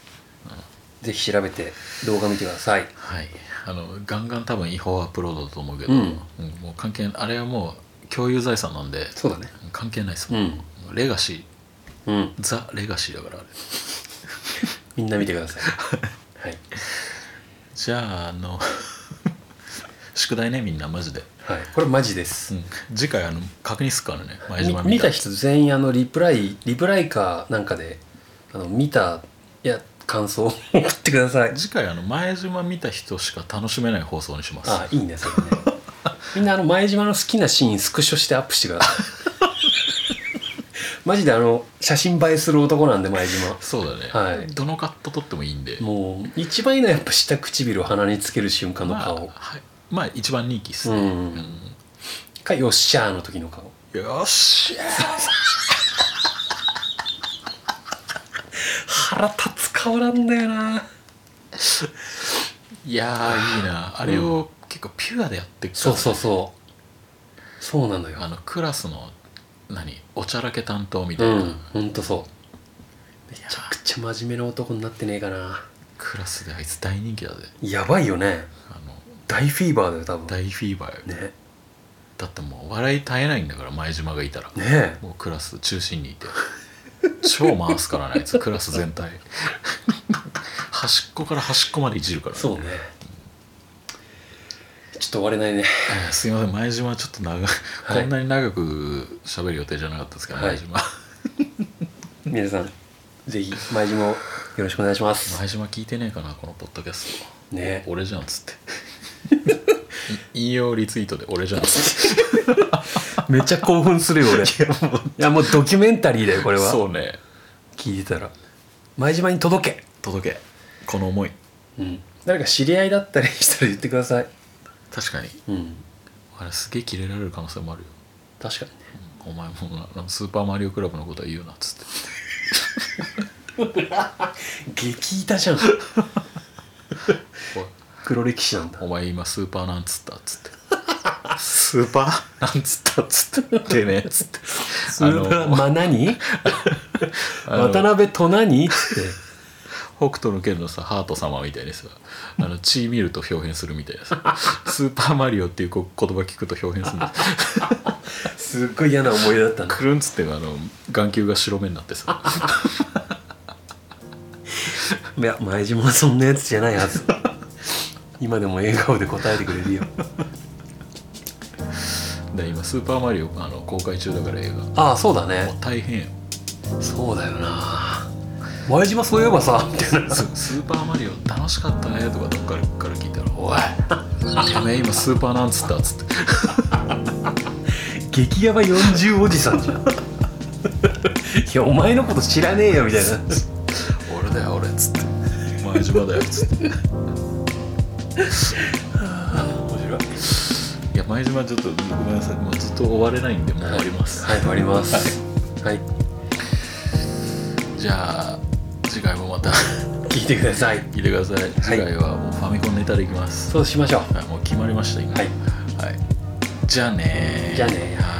[SPEAKER 1] ぜひ調べて動画見てください
[SPEAKER 2] はい、あのガンガン多分違法アップロードだと思うけど、
[SPEAKER 1] うん
[SPEAKER 2] うんもう関係あれはもう共有財産なんで
[SPEAKER 1] そうだね
[SPEAKER 2] 関係ないです
[SPEAKER 1] う
[SPEAKER 2] もん、
[SPEAKER 1] ん
[SPEAKER 2] レガシー
[SPEAKER 1] うん
[SPEAKER 2] ザ・レガシーだからあれ
[SPEAKER 1] みんな見てください はい
[SPEAKER 2] じゃああの 宿題ねみんなマジで、
[SPEAKER 1] はい、これマジです、
[SPEAKER 2] うん次回あの確認すっからね前
[SPEAKER 1] み
[SPEAKER 2] 島
[SPEAKER 1] 見
[SPEAKER 2] 見た
[SPEAKER 1] た人全員あのリプライリプライかなんかであの見たいや感想を 送ってください
[SPEAKER 2] 次回あの前島見た人しか楽しめない放送にします
[SPEAKER 1] あいいねそれね みんなあの前島の好きなシーンスクショしてアップしてください マジであの写真映えする男なんで前島
[SPEAKER 2] そうだね、
[SPEAKER 1] はい
[SPEAKER 2] どのカット撮ってもいいんで
[SPEAKER 1] もう一番いいのはやっぱ下唇を鼻につける瞬間の
[SPEAKER 2] まあ、
[SPEAKER 1] 顔、
[SPEAKER 2] はい、まあ一番人気っす
[SPEAKER 1] う
[SPEAKER 2] ね、
[SPEAKER 1] ん、かよっしゃーの時の顔
[SPEAKER 2] よっしゃ
[SPEAKER 1] 腹立つ顔なんだよない
[SPEAKER 2] やーいいなあれを結構ピュアでやってっから
[SPEAKER 1] そうそうそうそうなのよ
[SPEAKER 2] あのクラスの何おちゃらけ担当みた
[SPEAKER 1] う
[SPEAKER 2] いな、
[SPEAKER 1] んほんとそうめ
[SPEAKER 2] いや
[SPEAKER 1] ちゃくちゃ真面目な男になってねえかな
[SPEAKER 2] クラスであいつ大人気だぜ
[SPEAKER 1] やばいよね
[SPEAKER 2] あの
[SPEAKER 1] 大フィーバーだよ多分
[SPEAKER 2] 大フィーバーよ、
[SPEAKER 1] ね
[SPEAKER 2] だってもう笑い絶えないんだから前島がいたら、
[SPEAKER 1] ね
[SPEAKER 2] もうクラス中心にいて超回すからねあいつクラス全体端っこから端っこまでいじるから、
[SPEAKER 1] えそうねちょっと終われないね
[SPEAKER 2] えーすいません前島はちょっと長い、
[SPEAKER 1] い
[SPEAKER 2] こんなに長く喋る予定じゃなかったですけど、
[SPEAKER 1] はい
[SPEAKER 2] 前島
[SPEAKER 1] 皆さんぜひ前島をよろしくお願いします
[SPEAKER 2] 前島聞いてねえかなこのポッドキャスト
[SPEAKER 1] ね
[SPEAKER 2] 俺じゃんっつって い引用リツイートで俺じゃんっつって
[SPEAKER 1] めっちゃ興奮するよ俺 いやもうドキュメンタリーだよこれは
[SPEAKER 2] そうね
[SPEAKER 1] 聞いてたら前島に届け、
[SPEAKER 2] 届けこの思い
[SPEAKER 1] うん、誰か知り合いだったりしたら言ってください、
[SPEAKER 2] 確かに
[SPEAKER 1] うん、
[SPEAKER 2] あれすげえキレられる可能性もあるよ
[SPEAKER 1] 確かにね
[SPEAKER 2] お前もなあのスーパーマリオクラブのことは言うなっつって
[SPEAKER 1] 激痛 じゃん
[SPEAKER 2] おい
[SPEAKER 1] 黒歴史なんだ
[SPEAKER 2] お前今スーパーなんつったっつってスーパーなんつったっつってでねっつって
[SPEAKER 1] それはまあ 何
[SPEAKER 2] あの
[SPEAKER 1] 渡辺と何っつって
[SPEAKER 2] 北斗の拳のさハート様みたいにさあの血見ると表現するみたいなさスーパーマリオっていうこ言葉聞くと表現するんだ
[SPEAKER 1] すっごい嫌な思い出だったの
[SPEAKER 2] くるんつってあの眼球が白目になってさ
[SPEAKER 1] いや前島はそんなやつじゃないはず今でも笑顔で答えてくれるよ
[SPEAKER 2] で今スーパーマリオあの公開中だから映画も
[SPEAKER 1] ああそうだね
[SPEAKER 2] う大変よ
[SPEAKER 1] そうだよな前島そういえばさみたいな
[SPEAKER 2] ススーパーマリオ楽しかったねとかどっからから聞いたら「おいおめえ今スーパーなんつった」っつって
[SPEAKER 1] 激ヤバ40おじさんじゃん いやお前のこと知らねえよみたいな
[SPEAKER 2] 「俺だよ俺」っつって「前島だよ」っつってい
[SPEAKER 1] 面白い
[SPEAKER 2] や前島ちょっとごめんなさいもうずっと終われないんでもう終わります、
[SPEAKER 1] はい終わりますはい、
[SPEAKER 2] じゃあ次回もまた
[SPEAKER 1] 聞いてください
[SPEAKER 2] 聞いてください次回はもうファミコンネタでいきます、
[SPEAKER 1] そうしましょう
[SPEAKER 2] はい、もう決まりました今
[SPEAKER 1] はい、
[SPEAKER 2] はいじゃあねー
[SPEAKER 1] じゃあねー
[SPEAKER 2] は